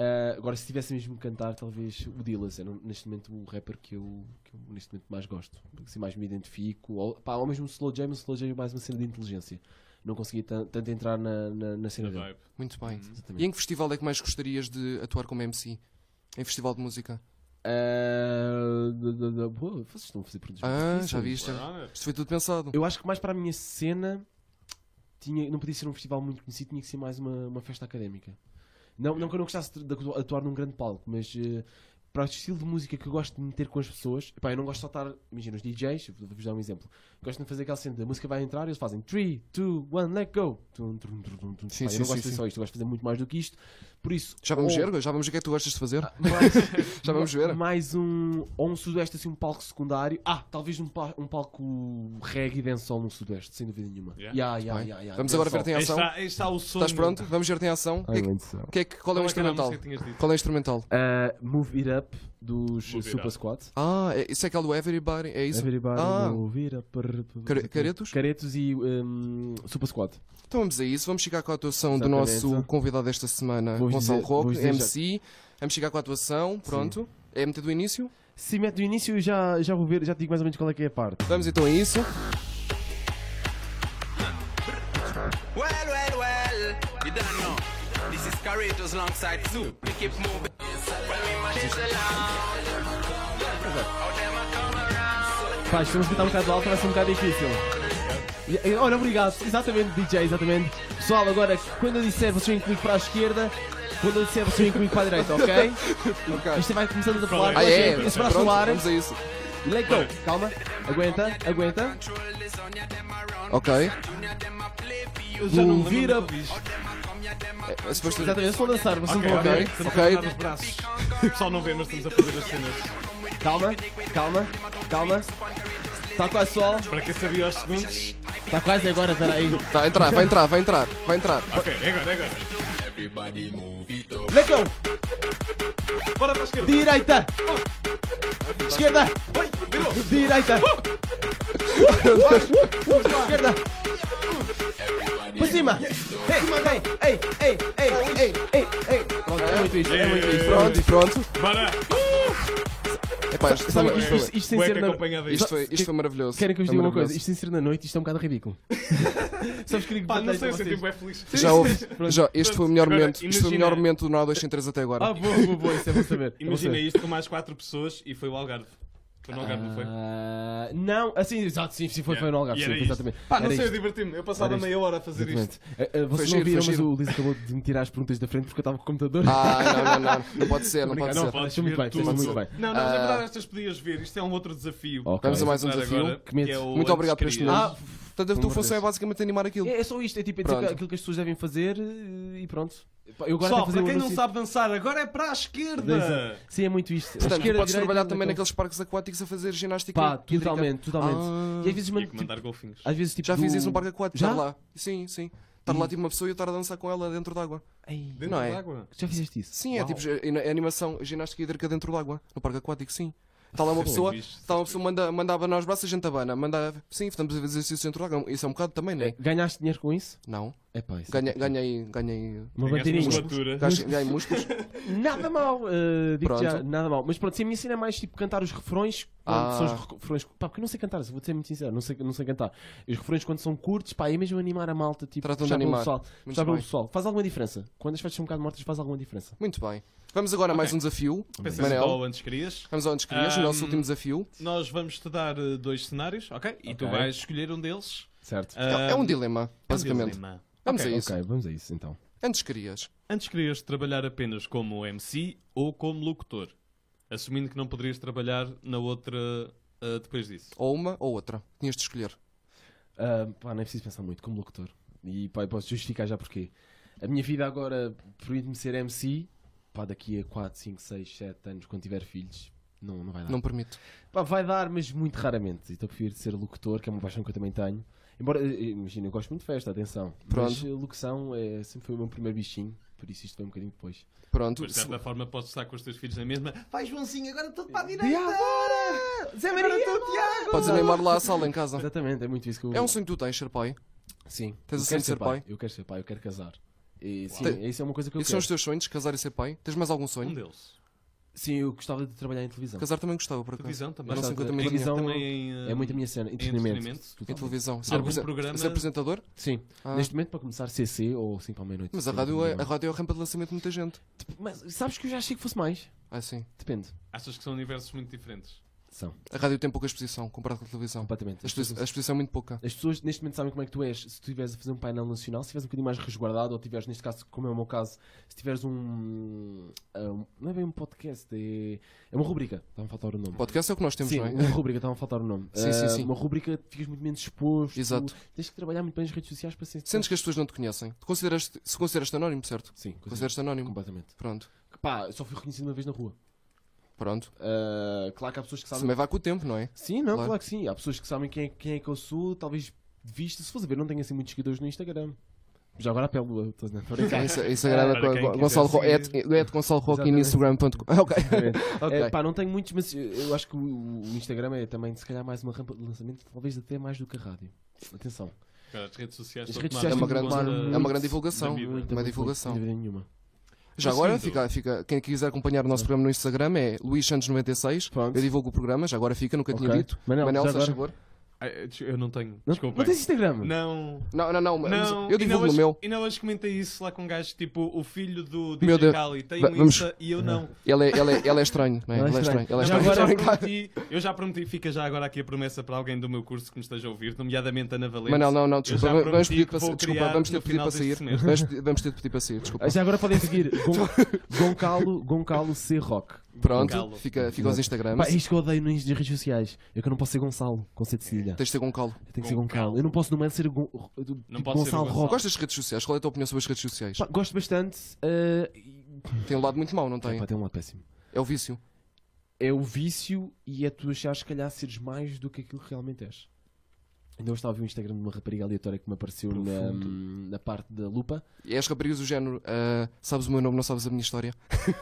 Ah, agora, se tivesse mesmo que cantar, talvez o Dillas era neste momento o rapper que eu, que eu neste momento mais gosto, porque assim mais me identifico. Ou, pá, ou mesmo o Slow Jam, o Slow Jam é mais uma cena de inteligência. Não consegui tan- tanto entrar na, na, na cena Da dele. vibe. Muito bem. Exatamente. E em que festival é que mais gostarias de atuar como MC? Em festival de música? Ah, da- da- da- boa, vocês estão a fazer produtos muito Ah, difíceis. já vi isto. Ah, Isto foi tudo pensado. Eu acho que mais para a minha cena tinha, não podia ser um festival muito conhecido, tinha que ser mais uma, uma festa académica. Não, não que eu não gostasse de de atuar num grande palco, mas eh, para o estilo de música que eu gosto de meter com as pessoas, epá, eu não gosto de só estar, imagina, os DJs, vou- vou-vos dar um exemplo, gosto de fazer aquela cena, da música vai entrar e eles fazem 3, 2, 1, let go. Tum, tum, tum, tum, tum. Sim, Epá, sim, eu sim, não gosto de fazer sim. só isto, eu gosto de fazer muito mais do que isto. Por isso, Já vamos ou- ver? Já vamos ver o que é que tu gostas de fazer? mais- Já vamos ver. Mais um. Ou um Sudoeste, assim, um palco secundário. Ah, talvez um, pa- um palco reggae e dancehall no Sudoeste, sem dúvida nenhuma. Yeah. Yeah, yeah, yeah, yeah, Vamos agora ver tem aí ação. está, aí está o sonho. Estás pronto? Vamos ver tem ação. O que é que- dancehall. o que é que- qual é o Qual é que era a instrumental? música que tinhas dito? Qual é o instrumental? Ah, move It Up dos Move It Super Up. Squad. Ah, é- isso é aquele do Everybody? É isso? Everybody Ah. move it up. Prr, prr, Care- prr. caretos? Caretos e um, Super Squad. Então vamos a isso, vamos chegar com a atuação do Exatamente. nosso convidado desta semana, Vou-vos Gonçalo dizer- Roque, vou-vos dizer MC. Vamos chegar com a atuação, pronto. É meter do início? Se mete do início, eu já, já vou ver, já te digo mais ou menos qual é que é a parte. Vamos então a isso. Well, well, well, you don't know. This is Carritos alongside Zoo. We keep moving. When we marches along, how them a come around. Pá, se vamos cantar um bocado alto, vai ser um bocado difícil. E- e- Olha, obrigado. Exatamente, DJ, exatamente. Pessoal, agora, quando eu disser, vocês vêm comigo para a esquerda. Quando eu disser, vocês vêm comigo para a direita, ok? Isto vai começando a falar. Ah, é? Esse braço Pronto, no ar. vamos a isso. Let go. Calma. Aguenta, aguenta. Control this on ya, them a run. Ok. Junior, them a play for you. Eu é já não Move it me lembro up. do bicho. É suposto- Exatamente, eles vão dançar, vocês Ok, vão ok. ver. ok. Estamos a Ok. apertar os braços. O pessoal não vê, mas estamos a fazer as cenas. Calma, calma, calma. Está quase sol. Para quem sabia aos segundos. Está quase agora, peraí. Tá, a entrar, vai entrar, vai entrar, vai entrar. Ok, é agora, é agora. Let go. Bora para a esquerda. Direita. Esquerda. Direita. Esquerda. Por cima. Ei, ei, ei, ei, ei, ei, ei. Pronto, é muito isto, é muito isto. Pronto, pronto. Bora. Epá, isto, Sabe, foi- isto, isto, isto, isto sem É Bué ser que É na... acompanhada isto. isto foi, isto foi maravilhoso. Querem que eu vos Foi diga uma coisa? maravilhoso. Isto sem ser na noite, isto é um bocado ridículo. Sabes que eu Pá, não sei, vocês. eu tipo é feliz. Já houve. Já, este Pronto, foi o melhor agora, momento. Isto foi o melhor imagina- momento do Nau 203 até agora. Ah, boa, boa, boa, isso é bom saber. É bom Imagina saber. isto com mais 4 pessoas e foi o Algarve. Foi no Algarve, não foi? Ah, não, assim, exato, sim, sim, foi, Yeah. foi no Algarve, E sim, era foi isto. exatamente. Pá, não Era sei, eu isto, diverti-me. Eu passava Era isto. meia hora a fazer isto. exatamente. Ah, ah, vocês não giro, viram, foi mas giro. o Liz acabou de me tirar as perguntas da frente porque eu estava com o computador. Ah, não, não, não. Não pode ser, não pode Obrigado. ser. Não, deixa muito bem, Tudo. deixa muito bem. Ah. Não, não, mas na verdade estas podias ver. Isto é um outro desafio. Ok. Vamos a mais um Agora, desafio. Que medo. é o Muito antes obrigado por este querias. momento. Ah, Portanto, a tua Pelo função é amor basicamente animar aquilo. É, é só isto, é tipo é dizer Pronto. aquilo que as pessoas devem fazer eh, e pronto. Pá, Eu agora Pessoal, até fazer para um quem não anúncio- sabe dançar, agora é para a esquerda. Exato. Sim, é muito isto. Portanto, Esquerda, podes direita, trabalhar direita, também direita. naqueles parques aquáticos a fazer ginástica. Pá, hídrica. totalmente, totalmente. Ah. E às vezes Tinha mando que tipo, mandar golfinhos. às vezes tipo Já fiz do- isso um num parque aquático, Já? estar lá. Sim, sim. Estar lá tipo uma pessoa e eu estar a dançar com ela dentro d'água. Ei, Dentro Não é? da água. já fizeste isso? Sim, é Uau. tipo é- é animação, ginástica hídrica dentro d'água, no parque aquático, sim. Está lá uma Sim, pessoa, isto- está uma pessoa manda, manda abanar os braços, a gente abana, manda. Sim, estamos a fazer exercício dentro d'água. Isso é um bocado também, não é? Ganhaste dinheiro com isso? Não. É pá, isso é Ganhei, tudo. ganhei, ganhei, Uma Ganhaste bandeirinha. musculatura. ganhei, ganhei músculos. Nada mal, uh, digo Pronto. já, nada mal. Mas pronto, sim, a minha cena é mais tipo cantar os refrões. quando Ah. São os refrões pá, porque eu não sei cantar, vou ser muito sincero, não sei, não sei cantar. Os refrões quando são curtos, pá, é mesmo animar a malta, tipo, Tratam de puxar pelo animar. pessoal. Muito puxar pelo bem. pessoal. Faz alguma diferença. Quando as festas são um bocado mortas, faz alguma diferença. Muito bem. Vamos agora a mais um desafio. Pensei se Manel, qual antes querias. vamos ao antes querias, o nosso Ahm, último desafio. Nós vamos te dar eh, dois cenários, ok? E tu Ok. vais escolher um deles. Certo. É- é um dilema, Ah, basicamente. dilema. Vamos Ok, a isso. Ok, vamos a isso então. Antes querias. Antes querias trabalhar apenas como MC ou como locutor? Assumindo que não poderias trabalhar na outra ah, depois disso. Ou uma ou outra. Tinhas de escolher. Ah, pá, não é preciso pensar muito, como locutor. E pá, eu posso justificar já porquê. A minha vida agora permite-me ser MC. Pá, daqui a 4, 5, 6, 7 anos, quando tiver filhos, não, não vai dar. Não permito. Pá, vai dar, mas muito raramente. Então prefiro ser locutor, que é uma paixão que eu também tenho. Embora, eh, eh, imagina, eu gosto muito de festa, atenção. Mas Pronto. eh, locução eh, sempre foi o meu primeiro bichinho, por isso isto foi um bocadinho depois. Pronto. Mas de certa forma podes estar com os teus filhos na mesma. Vai Joãozinho, agora tudo para a direita! E agora? Zé Maria! Tiago! Podes animar lá a sala em casa. Exatamente, é muito isso que eu... É um sonho que tu tens, ser pai. Sim. Tens Eu o sonho quero de ser pai? Eu quero ser pai, eu quero casar. E, sim, Te- isso é uma coisa que eu Esses são quero. os teus sonhos, casar e ser pai? Tens mais algum Um sonho? deles. Sim, eu gostava de trabalhar em televisão. Casar também gostava, por acaso. Televisão também. Mas não sei quanto Em- também eh, televisão também em, é ah, muito a minha cena. Entretenimento. entretenimento? Em Totalmente. televisão. Ser, Algum apresen- programa- ser apresentador? Sim. Ah. Neste momento, para começar, CC ou 5 para a meia-noite. Mas a Sim, rádio, é, não. a rádio é a rampa de lançamento de muita gente. Mas sabes que eu já achei que fosse mais. Ah, sim. Depende. Achas que são universos muito diferentes? São. A rádio tem pouca exposição comparado com a televisão. Completamente. A exposi- a exposição é muito pouca. As pessoas neste momento sabem como é que tu és. Se tu estiveres a fazer um painel nacional, se estiveres um bocadinho mais resguardado, ou tiveres, neste caso, como é o meu caso, se tiveres um. ah, um- não é bem um podcast, é, é uma rubrica. Está-me a faltar o nome. Podcast é o que nós temos, sim, não é? uma rubrica, estava a faltar o nome. Sim, sim, Ah, sim. Uma rubrica, ficas muito menos exposto. Exato. Tens que trabalhar muito bem nas redes sociais para ser. Sentes que as pessoas não te conhecem. Tu consideras se consideras-te anónimo, certo? Sim, Consideras-te anónimo. completamente. Pronto. Pá, eu só fui reconhecido uma vez na rua. Pronto. Ah, claro que há pessoas que Isso sabem. também vai com o tempo, não é? Sim, não, Claro. claro. que sim. Há pessoas que sabem quem é, quem é que eu sou, talvez de vista. Se fosse a ver, não tenho assim muitos seguidores no Instagram. Já agora apelo, eu estou né? a brincar. Isso, isso agrada É, Para com a- quem Go- quiser Gonçalo Ro... seguir. Ed, Ed Gonçalo Roque no Exatamente. Instagram.com. Ah, Ok. Ok. É, pá, não tenho muitos, mas eu eu acho que o o Instagram é também, se calhar, mais uma rampa de lançamento, talvez até mais do que a rádio. Atenção. Cara, as redes sociais As estão a redes tomar É uma grande, sociais tomaram conta é uma muito- grande divulgação. da vida. Uma Muita, divulgação. Sem dúvida nenhuma. Já Mas agora, sim, fica, fica, quem quiser acompanhar o nosso programa no Instagram é Luís Santos96. Pronto. Eu divulgo o programa, já agora fica, nunca tinha Ok. dito. Manel, já se faz agora? favor. Ah, Eu não tenho. Não, Desculpa. não tens Instagram? Não. Não, não, não. mas Não, eu e não divulgo o hoje- meu. E não hoje comentei isso lá com um gajo, tipo, o filho do Meu DJ Deus. Kali tem Va- um vamos- Insta e eu não. Ele é, ele, é, ele é estranho, não é? Ele é estranho. Ele é Já estranho. Estou agora a eu brincar. prometi, eu já prometi, fica já agora aqui a promessa para alguém do meu curso que me esteja a ouvir, nomeadamente Ana Valente. Manel, não, não, Eu desculpa, já vamos- vamos prometi pedir que para, vou sa- desculpa, criar vamos ter no de pedir final para deste sair. semestre. Vamos, pe- vamos ter de pedir para sair, desculpa. Ah, Já agora podem seguir Gon- Goncalo, Goncalo C. Rock. Pronto, Galo. fica, fica os Instagrams. Pá, é isto que eu odeio nas nas redes sociais. É que eu não posso ser Gonçalo, com C de Cedilha. Tens de ter com calo. Eu tenho que ser Goncalo. Eu não posso, no momento, ser Gon- do- Não tipo pode ser Gonçalo o Gonçalo. Rock. Gostas de redes sociais? Qual é a tua opinião sobre as redes sociais? Pá, gosto bastante. ah, e- Tem um lado muito mau, não tem? Pá, tem um lado péssimo. É o vício. É o vício e é tu achares, se calhar, seres mais do que aquilo que realmente és. Ainda hoje estava a ver o Instagram de uma rapariga aleatória que me apareceu na, na parte da lupa. E és raparigas do género, ah, sabes o meu nome, não sabes a minha história.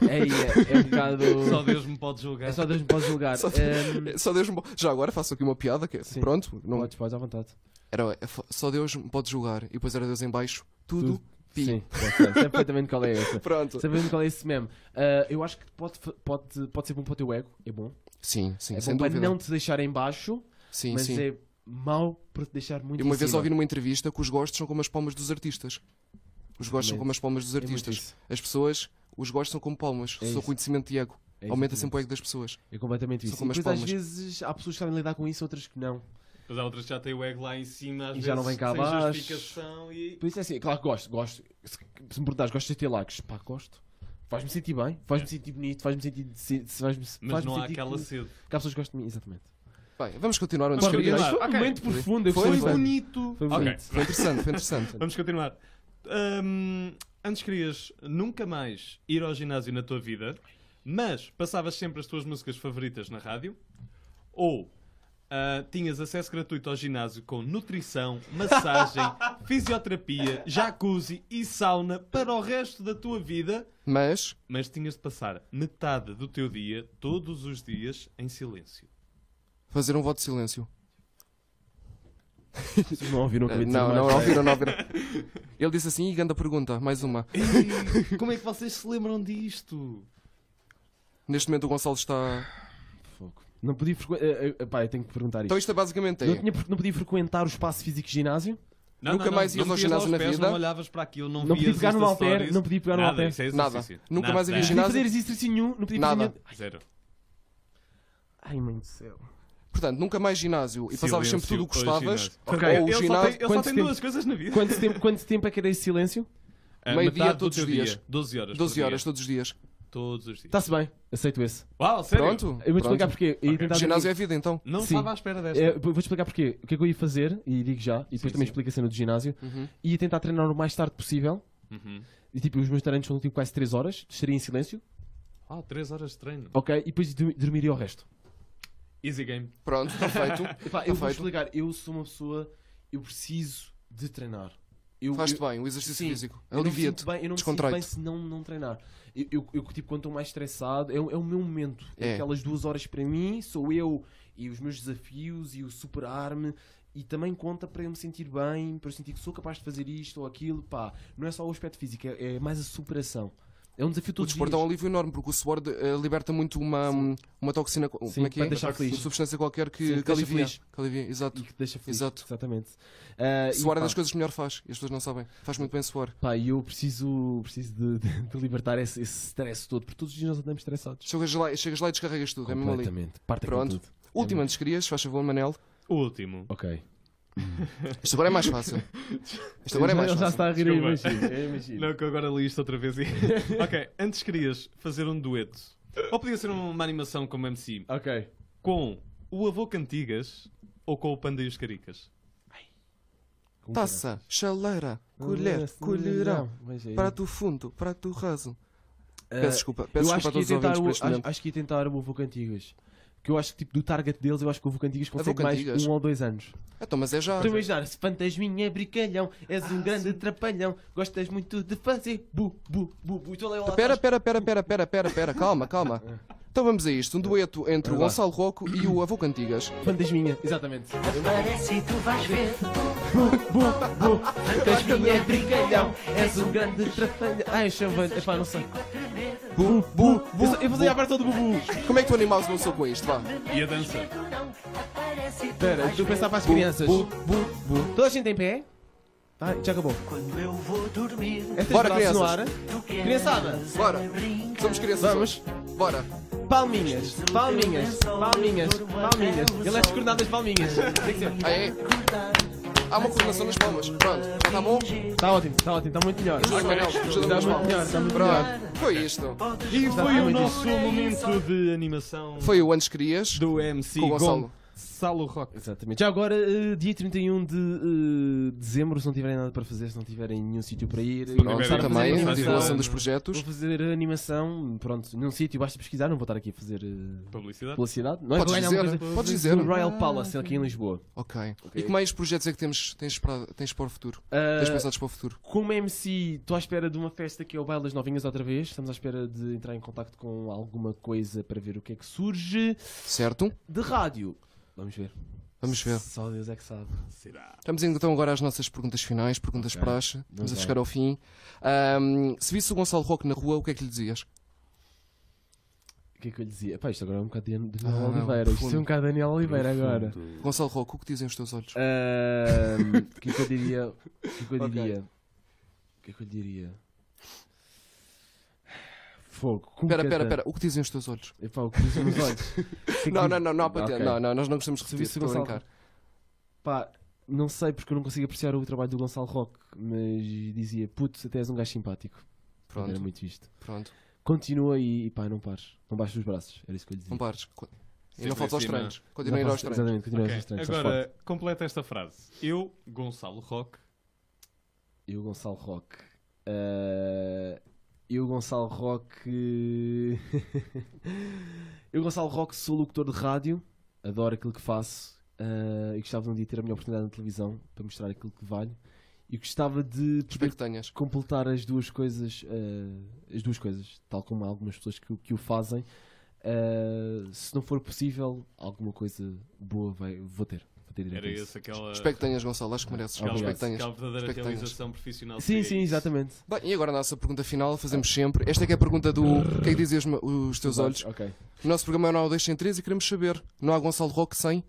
É, é, é um bocado. Só Deus me pode julgar. É só Deus me pode julgar. Só- Ahm, É, Só Deus me... Já agora faço aqui uma piada, que é- Hum. Sim. pronto, não... Podes, podes à vontade. era é, fo- só Deus me pode julgar. E depois era Deus em baixo, tudo, Tudo. pi. Sim, sei perfeitamente qual é essa. Pronto. Sabendo qual é esse meme. Ah, eu acho que pode, fa- pode, pode ser bom para o teu ego, é bom. Sim, sim, é sem bom para dúvida. não te deixar em baixo, Sim, mas sim. é mau para te deixar muito E em uma vez cima. ouvi numa entrevista que os gostos são como as palmas dos artistas. Os gostos são Exatamente. como as palmas dos É muito artistas. isso. As pessoas, os gostos são como palmas. É São isso. conhecimento de ego. É Aumenta exatamente. sempre o ego das pessoas. É completamente São isso. como E as depois, às palmas. vezes há pessoas que sabem lidar com isso, outras que não. Mas há outras que já têm o egg lá em cima, às E vezes, já não vem cá sem abaixo. justificação e... Por isso é assim, é claro que gosto, gosto. Se, se me perguntares, gostas de ter likes? Pá, gosto. Faz-me sentir bem, faz-me sentir bonito, faz-me sentir. se- se- Faz-me, É. Mas faz-me não há sentir aquela que, sede. que há pessoas que gostam de mim, exatamente. Bem, vamos continuar antes Vamos que eu- Mas continuar. foi um ok. momento profundo, eu Foi gostei Foi bem. bonito. Foi Ok, bonito. Foi interessante, foi interessante. vamos continuar. Hum, antes querias nunca mais ir ao ginásio na tua vida, mas passavas sempre as tuas músicas favoritas na rádio, ou ah, tinhas acesso gratuito ao ginásio com nutrição, massagem, fisioterapia, jacuzzi e sauna para o resto da tua vida, Mas, mas tinhas de passar metade do teu dia, todos os dias, em silêncio. fazer um voto de silêncio. Vocês não ouviram o que Não, eu ia dizer não, mais, não é? ouviram, não ouviram. Ele disse assim, e grande pergunta, mais uma. Ei, Como é que vocês se lembram disto? Neste momento o Gonçalo está... Fogo. Não podia frequentar. eh, Pá, eu tenho que perguntar isto. Então isto é basicamente Não, é... tinha- não podia frequentar o espaço físico ginásio? Não, Nunca não, não, mais ias não ao metias lá ginásio os na pés, vida? Não olhavas para aquilo, não, Não podia vias pegar no Insta halter, stories. não podia pegar no Nada, halter. isso é Nada. exercício. Nunca Nada. é mais havia Não ginásio. podia fazer exercício nenhum? Não podia fazer Nada. nenhum- Zero. Ai, mãe do céu. Portanto, nunca mais ginásio. E passavas sempre tudo o que Silêncio, hoje gostavas. Ok. ginásio. Ou o Ele só tem, ginásio... ele só Quanto tem tempo- duas coisas na vida. Quanto tempo, quanto tempo é que era esse silêncio? Ah, Meio-dia metade do todos os teu dia. dias. 12 horas. 12 por horas dia. todos os dias. Todos os dias. Está-se bem, aceito esse. Uau, sério? Pronto? Eu vou te explicar pronto. porquê. E tentar- Ginásio é vida, então. Não Sim. estava à espera desta. É, vou explicar porquê. O que é que eu ia fazer, e digo já, e depois também explico a cena do ginásio, Uhum. ia tentar treinar o mais tarde possível. E tipo, os meus treinos são tipo quase 3 horas, estaria em silêncio, Ah, 3 horas de treino. ok? E depois dur- dormiria o resto. Easy game. Pronto, está feito. Epá, Está eu vou Tá feito. explicar, eu sou uma pessoa, eu preciso de treinar. Eu, Faz-te eu- bem, o exercício Sim. físico. eu não me Alivia-te. sinto bem, eu não me sinto bem Descontrai-te. se não, não treinar. Eu, eu, eu, tipo, quando estou mais estressado, é, o- é o meu momento. É. É. Aquelas duas horas para mim, sou eu e os meus desafios e o superar-me. E também conta para eu me sentir bem, para eu sentir que sou capaz de fazer isto ou aquilo. Pá, não é só o aspecto físico, é, é mais a superação. É um desafio O todo desporto é um alívio enorme, porque o suor eh, liberta muito uma, uma toxina. co- Sim, como é que para é? deixar Uma feliz. substância qualquer que, Sim, que que deixa alivia. feliz. Que alivia, exato. E que te deixa feliz. um Exato. Exatamente. Ah, e Suor é pá, das coisas que melhor faz. E as pessoas não sabem. Faz muito bem suor. Pá, e eu preciso, preciso de, de- de libertar esse, esse stress todo, porque todos os dias nós andamos estressados. Chegas lá, chegas lá e descarregas tudo. É mesmo ali. Completamente. Partem com Pronto. tudo. Última antes querias, faz favor, Manel. Último. Ok. Isto agora é mais fácil. Isto agora é mais Ele já fácil. está a rir, eu Desculpa. imagino. eu imagino. Não, que eu agora li isto outra vez. e- ok, antes querias fazer um dueto. Ou podia ser uma animação como MC. Ok. Com o avô Cantigas ou com o Panda e os Caricas? Taça, chaleira, colher, colherão. é Para tu fundo, para tu raso. Peço desculpa, peço Ah, Eh, eu desculpa acho a que, ia todos os tentar ouvintes o, por este acho, momento. acho que ia tentar o Avô Cantigas. Porque eu acho que tipo, do target deles, eu acho que o Avô Cantigas consegue mais Cantigas? um ou dois anos. Então, mas é já. Estou a imaginar, se fantasminha é brincalhão, és Ah, um grande trapalhão, gostas muito de fazer bu, bu, bu, bu. Estou a ler lá Pera, atrás. pera, pera, pera, pera, pera, pera, calma, calma. Então vamos a isto, um dueto entre o Vai lá. Gonçalo Rocco e o Avô Cantigas. Fantasminha, exatamente. Parece tu vais ver. Tá Fantasminha é brincalhão, és um grande trapalhão. Ai, chavante, epá, não sei. Bu, bu, bu, Eu, só- eu vou fazer a bu. parte do bubu. Como é que tu animares não sou com isto, vá? E a dança? Aparece tu Espera, vais estou a ver. pensar para as Bu, crianças. bu, bu, bu. Toda a gente em pé? Vai, já acabou. Quando eu vou dormir, Estas Bora, braços no crianças. ar. tu queres É. Criançada, Bora, brincar. somos crianças Vamos. hoje. Bora. palminhas, palminhas, palminhas, palminhas. Ele é descoordenado das palminhas. Tem que ser. Aí, há uma coordenação nas palmas. Pronto, já está bom? Está Tá ótimo, está ótimo, está muito melhor. Sim, Manel, ajuda-me Está nas muito melhor, palmas. está muito melhor. Pronto, foi isto. E Ah, foi o Exatamente nosso momento de animação Foi o Antes Querias. do MC Com o Gonçalo. Gonçalo Rock. Exatamente. Já agora, eh, dia 31 de eh, dezembro, se não tiverem nada para fazer, se não tiverem nenhum sítio para ir, vou Pronto, começar a fazer também, animação. a divulgação dos Vou projetos. fazer animação, pronto, num sítio, basta pesquisar, não vou estar aqui a fazer eh, Publicidade. publicidade. Não é Podes que eu ganho alguma dizer, coisa. podes dizer. No Royal Palace, aqui em Lisboa. Ok. E que mais projetos é que temos, tens, para, tens para o futuro? Tens Ah, pensados para o futuro? Como MC, estou à espera de uma festa que é o Baile das Novinhas outra vez. Estamos à espera de entrar em contacto com alguma coisa para ver o que é que surge. Certo? De rádio. Vamos ver. Vamos ver. Só Deus é que sabe. Será? Estamos indo então agora às nossas perguntas finais, perguntas Ok. praxe. Estamos a Ok. chegar ao fim. Ahm, se visse o Gonçalo Roque na rua, o que é que lhe dizias? O que é que eu lhe dizia? Pá, isto agora é um bocado Daniel Daniel Ah, Oliveira. Isto é um profundo. bocado Daniel Oliveira agora. Gonçalo Roque, o que dizem os teus olhos? Ahm, O que é que eu diria? O que é que eu Ok. diria? O que é que eu diria? Fogo. como Espera, que é espera, tanto? espera. O que dizem os teus olhos? Epá, o que dizem os olhos? O que é que Não, diz- não, não, não há para ter. Ok. Não, não, nós não gostamos de Se repetir. visse o Estou a Gonçalo brincar. Pá, não sei porque eu não consigo apreciar o trabalho do Gonçalo Roque, mas dizia, puto, até és um gajo simpático. Pronto. Era Pronto, É muito isto. pronto. Continua e, e pá, não pares. Não baixes os braços. Era isso que eu lhe dizia. Não pares. Co- E Sempre não faltes aos em é? cima. treinos. Continua a ir aos faço- treinos. Exatamente, continua aos Ok, treinos. Agora... Agora, completa esta frase. Eu, Gonçalo Rock, E o Gonçalo Roque. eh, Eu, Gonçalo Roque. eu, Gonçalo Roque, sou locutor de rádio. Adoro aquilo que faço. eh, e gostava de um dia ter a minha oportunidade na televisão para mostrar aquilo que valho. E gostava de poder Espero que tenhas. completar as duas coisas, eh, as duas coisas, tal como há algumas pessoas que, o- que o fazem. Eh, se não for possível, alguma coisa boa vai, vou ter. Vou ter direito Era a isso. esse aquela. Espero que tenhas, Gonçalo. Acho que mereces. aquela, Espero Obrigado. que tenhas. aquela verdadeira Espero que tenhas. realização profissional. que Sim, é sim, isso. exatamente. Bem, e agora a nossa pergunta final, fazemos sempre. Esta é que é a pergunta do o que é que dizem os, me- os teus olhos. Ok. O nosso programa é o Não 2 sem 13 e queremos saber. Não há Gonçalo Roque sem.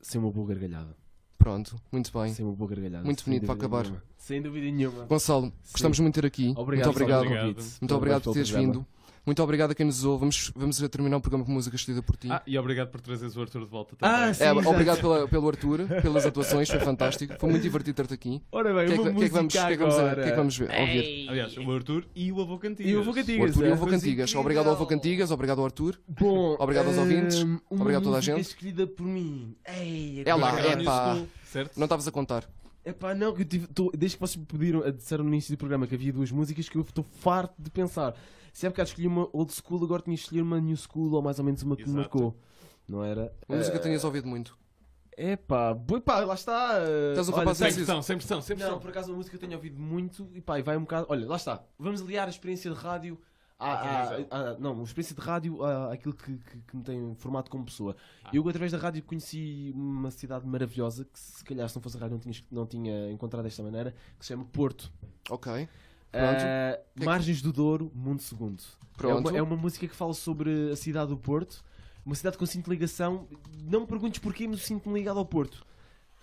Sem uma boa gargalhada. Pronto, muito bem. Sem uma boa gargalhada. Muito sem bonito para dúvida acabar. nenhuma. Sem dúvida nenhuma. Gonçalo, gostamos muito de ter aqui. Obrigado, muito obrigado. pelo Obrigado. convite. Muito obrigado por pelo teres programa. vindo. Muito obrigado a quem nos ouve. Vamos, vamos terminar o programa com música escolhida por ti. Ah, e obrigado por trazeres o Arthur de volta também. Ah, sim, É, exato. obrigado pela- pelo Arthur, pelas atuações, foi fantástico. Foi muito divertido ter-te aqui. Ora O bem, que é que, uma o que é que vamos, o música que é que vamos, a- o que é que agora. vamos ver, ouvir? Aliás, o Arthur e o Avô Cantigas. E eu vou cantigas. O Arthur e o Avô é? Coisa Cantigas. incrível. Obrigado ao Avô Cantigas, obrigado ao Arthur. Bom, Obrigado aos hum, ouvintes. uma Obrigado a toda a música gente. escolhida por mim. Ei, É lá, agora- é pá. Certo? Não tá estavas a contar. É pá, não, que eu tive, tô- desde que vocês me pediram, eh, disseram no início do programa que havia duas músicas que eu estou farto de pensar. Se há bocado escolhi uma old school, agora tinha de escolher uma new school ou mais ou menos uma que me Exato. marcou. Não era? A música tinhas ouvido muito. É pá, boi pá, lá está. eh, Estás um olha, rapaz tenho- Sem pressão, sem pressão, sem Não, pressão. por acaso uma música que eu tenho ouvido muito e pá, e vai um bocado. Olha, lá está. Vamos aliar a experiência de rádio à. à- à- não, a experiência de rádio à- àquilo que, que- que me tem formado como pessoa. Eu, através da rádio, conheci uma cidade maravilhosa que, se calhar, se não fosse a rádio, não tinha, não tinha encontrado desta maneira, que se chama Porto. Ok. Ah, Margens do Douro, Mundo Segundo. é Pronto. É uma, é uma música que fala sobre a cidade do Porto, uma cidade que eu sinto ligação. Não me perguntes porquê, mas eu sinto-me ligado ao Porto.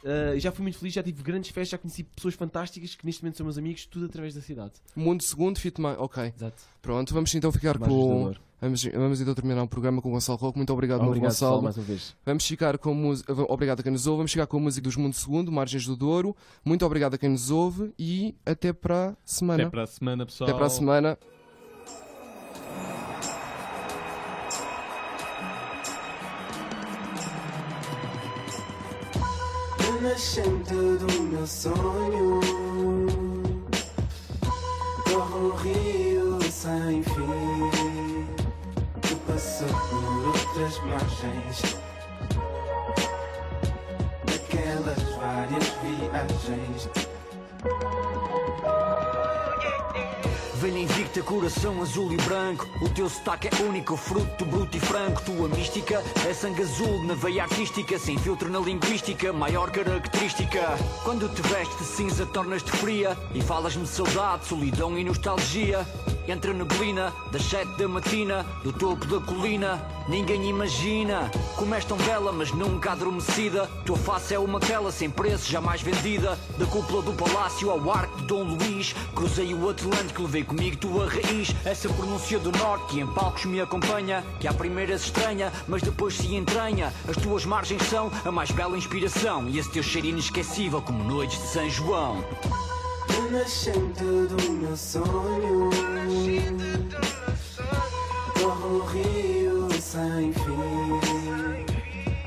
Ah, já fui muito feliz, já tive grandes festas, já conheci pessoas fantásticas que neste momento são meus amigos, tudo através da cidade. Mundo segundo, Fitman. Ok. Exato. Pronto, vamos então ficar Margens do com. Douro. Vamos, vamos então terminar o programa com o Gonçalo Roque. Muito obrigado, novo Obrigado, pessoal, Gonçalo. mais uma vez. Vamos ficar com música. Obrigado a quem nos ouve. Vamos chegar com a música dos Mundo Segundo, Margens do Douro. Muito obrigado a quem nos ouve e até para a semana. Até para a semana, pessoal. Até para a semana. Eu nasci dentro do meu sonho Corre um rio sem fim Que passou por outras margens Daquelas várias viagens Venha invicta, coração azul e branco. O teu sotaque é único, fruto bruto e franco. Tua mística é sangue azul na veia artística, sem filtro na linguística, maior característica. Quando te vestes de cinza, tornas-te fria e falas-me de saudade, solidão e nostalgia. Entre a neblina, das sete da matina, do topo da colina, ninguém imagina como és tão bela, mas nunca adormecida. Tua face é uma tela sem preço, jamais vendida. Da cúpula do palácio ao arco de Dom Luís, cruzei o Atlântico, levei comigo tua raiz. Essa pronúncia do norte que em palcos me acompanha, que à primeira se estranha, mas depois se entranha. As tuas margens são a mais bela inspiração e esse teu cheiro inesquecível como noites de São João. Eu nasci dentro do meu sonho Corre um rio sem fim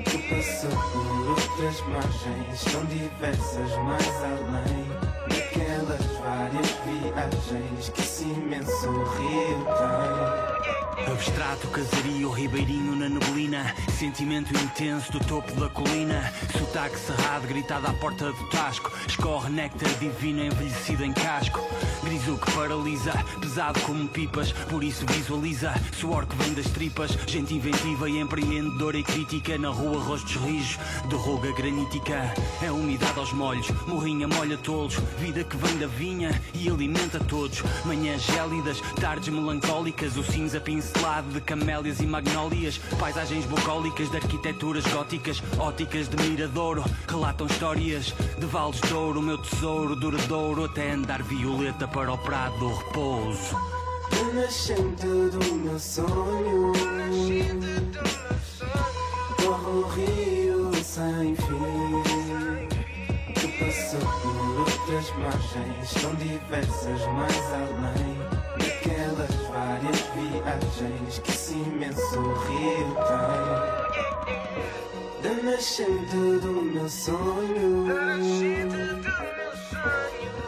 Que passou por outras margens Tão diversas mais além Daquelas várias viagens Que esse imenso rio tem Abstrato, casario, ribeirinho na neblina Sentimento intenso do topo da colina Sotaque cerrado, gritado à porta do tasco Escorre néctar divino envelhecido em casco Griso que paralisa, pesado como pipas Por isso visualiza, suor que vem das tripas Gente inventiva e empreendedora e crítica Na rua rostos rijos, de ruga granítica É umidade aos molhos, morrinha molha todos Vida que vem da vinha e alimenta todos Manhãs gélidas, tardes melancólicas O cinza pincelado de camélias e magnólias Paisagens bucólicas de arquiteturas góticas Óticas de miradouro, relatam histórias De vales de ouro, meu tesouro duradouro Até andar violeta para o prado do repouso Eu nasci dentro do meu sonho Corre um rio sem fim Que passou por outras margens Tão diversas mais além Daquelas várias viagens Que esse imenso rio tem Da nascente do meu sonho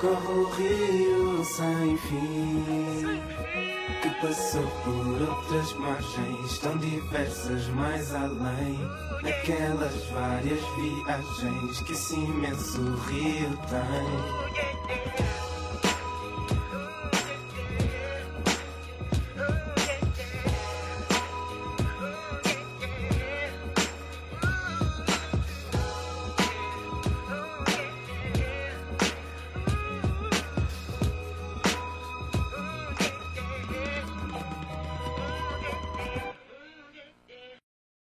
Corre um rio sem fim que passou por outras margens tão diversas mais além daquelas várias viagens que esse imenso rio tem.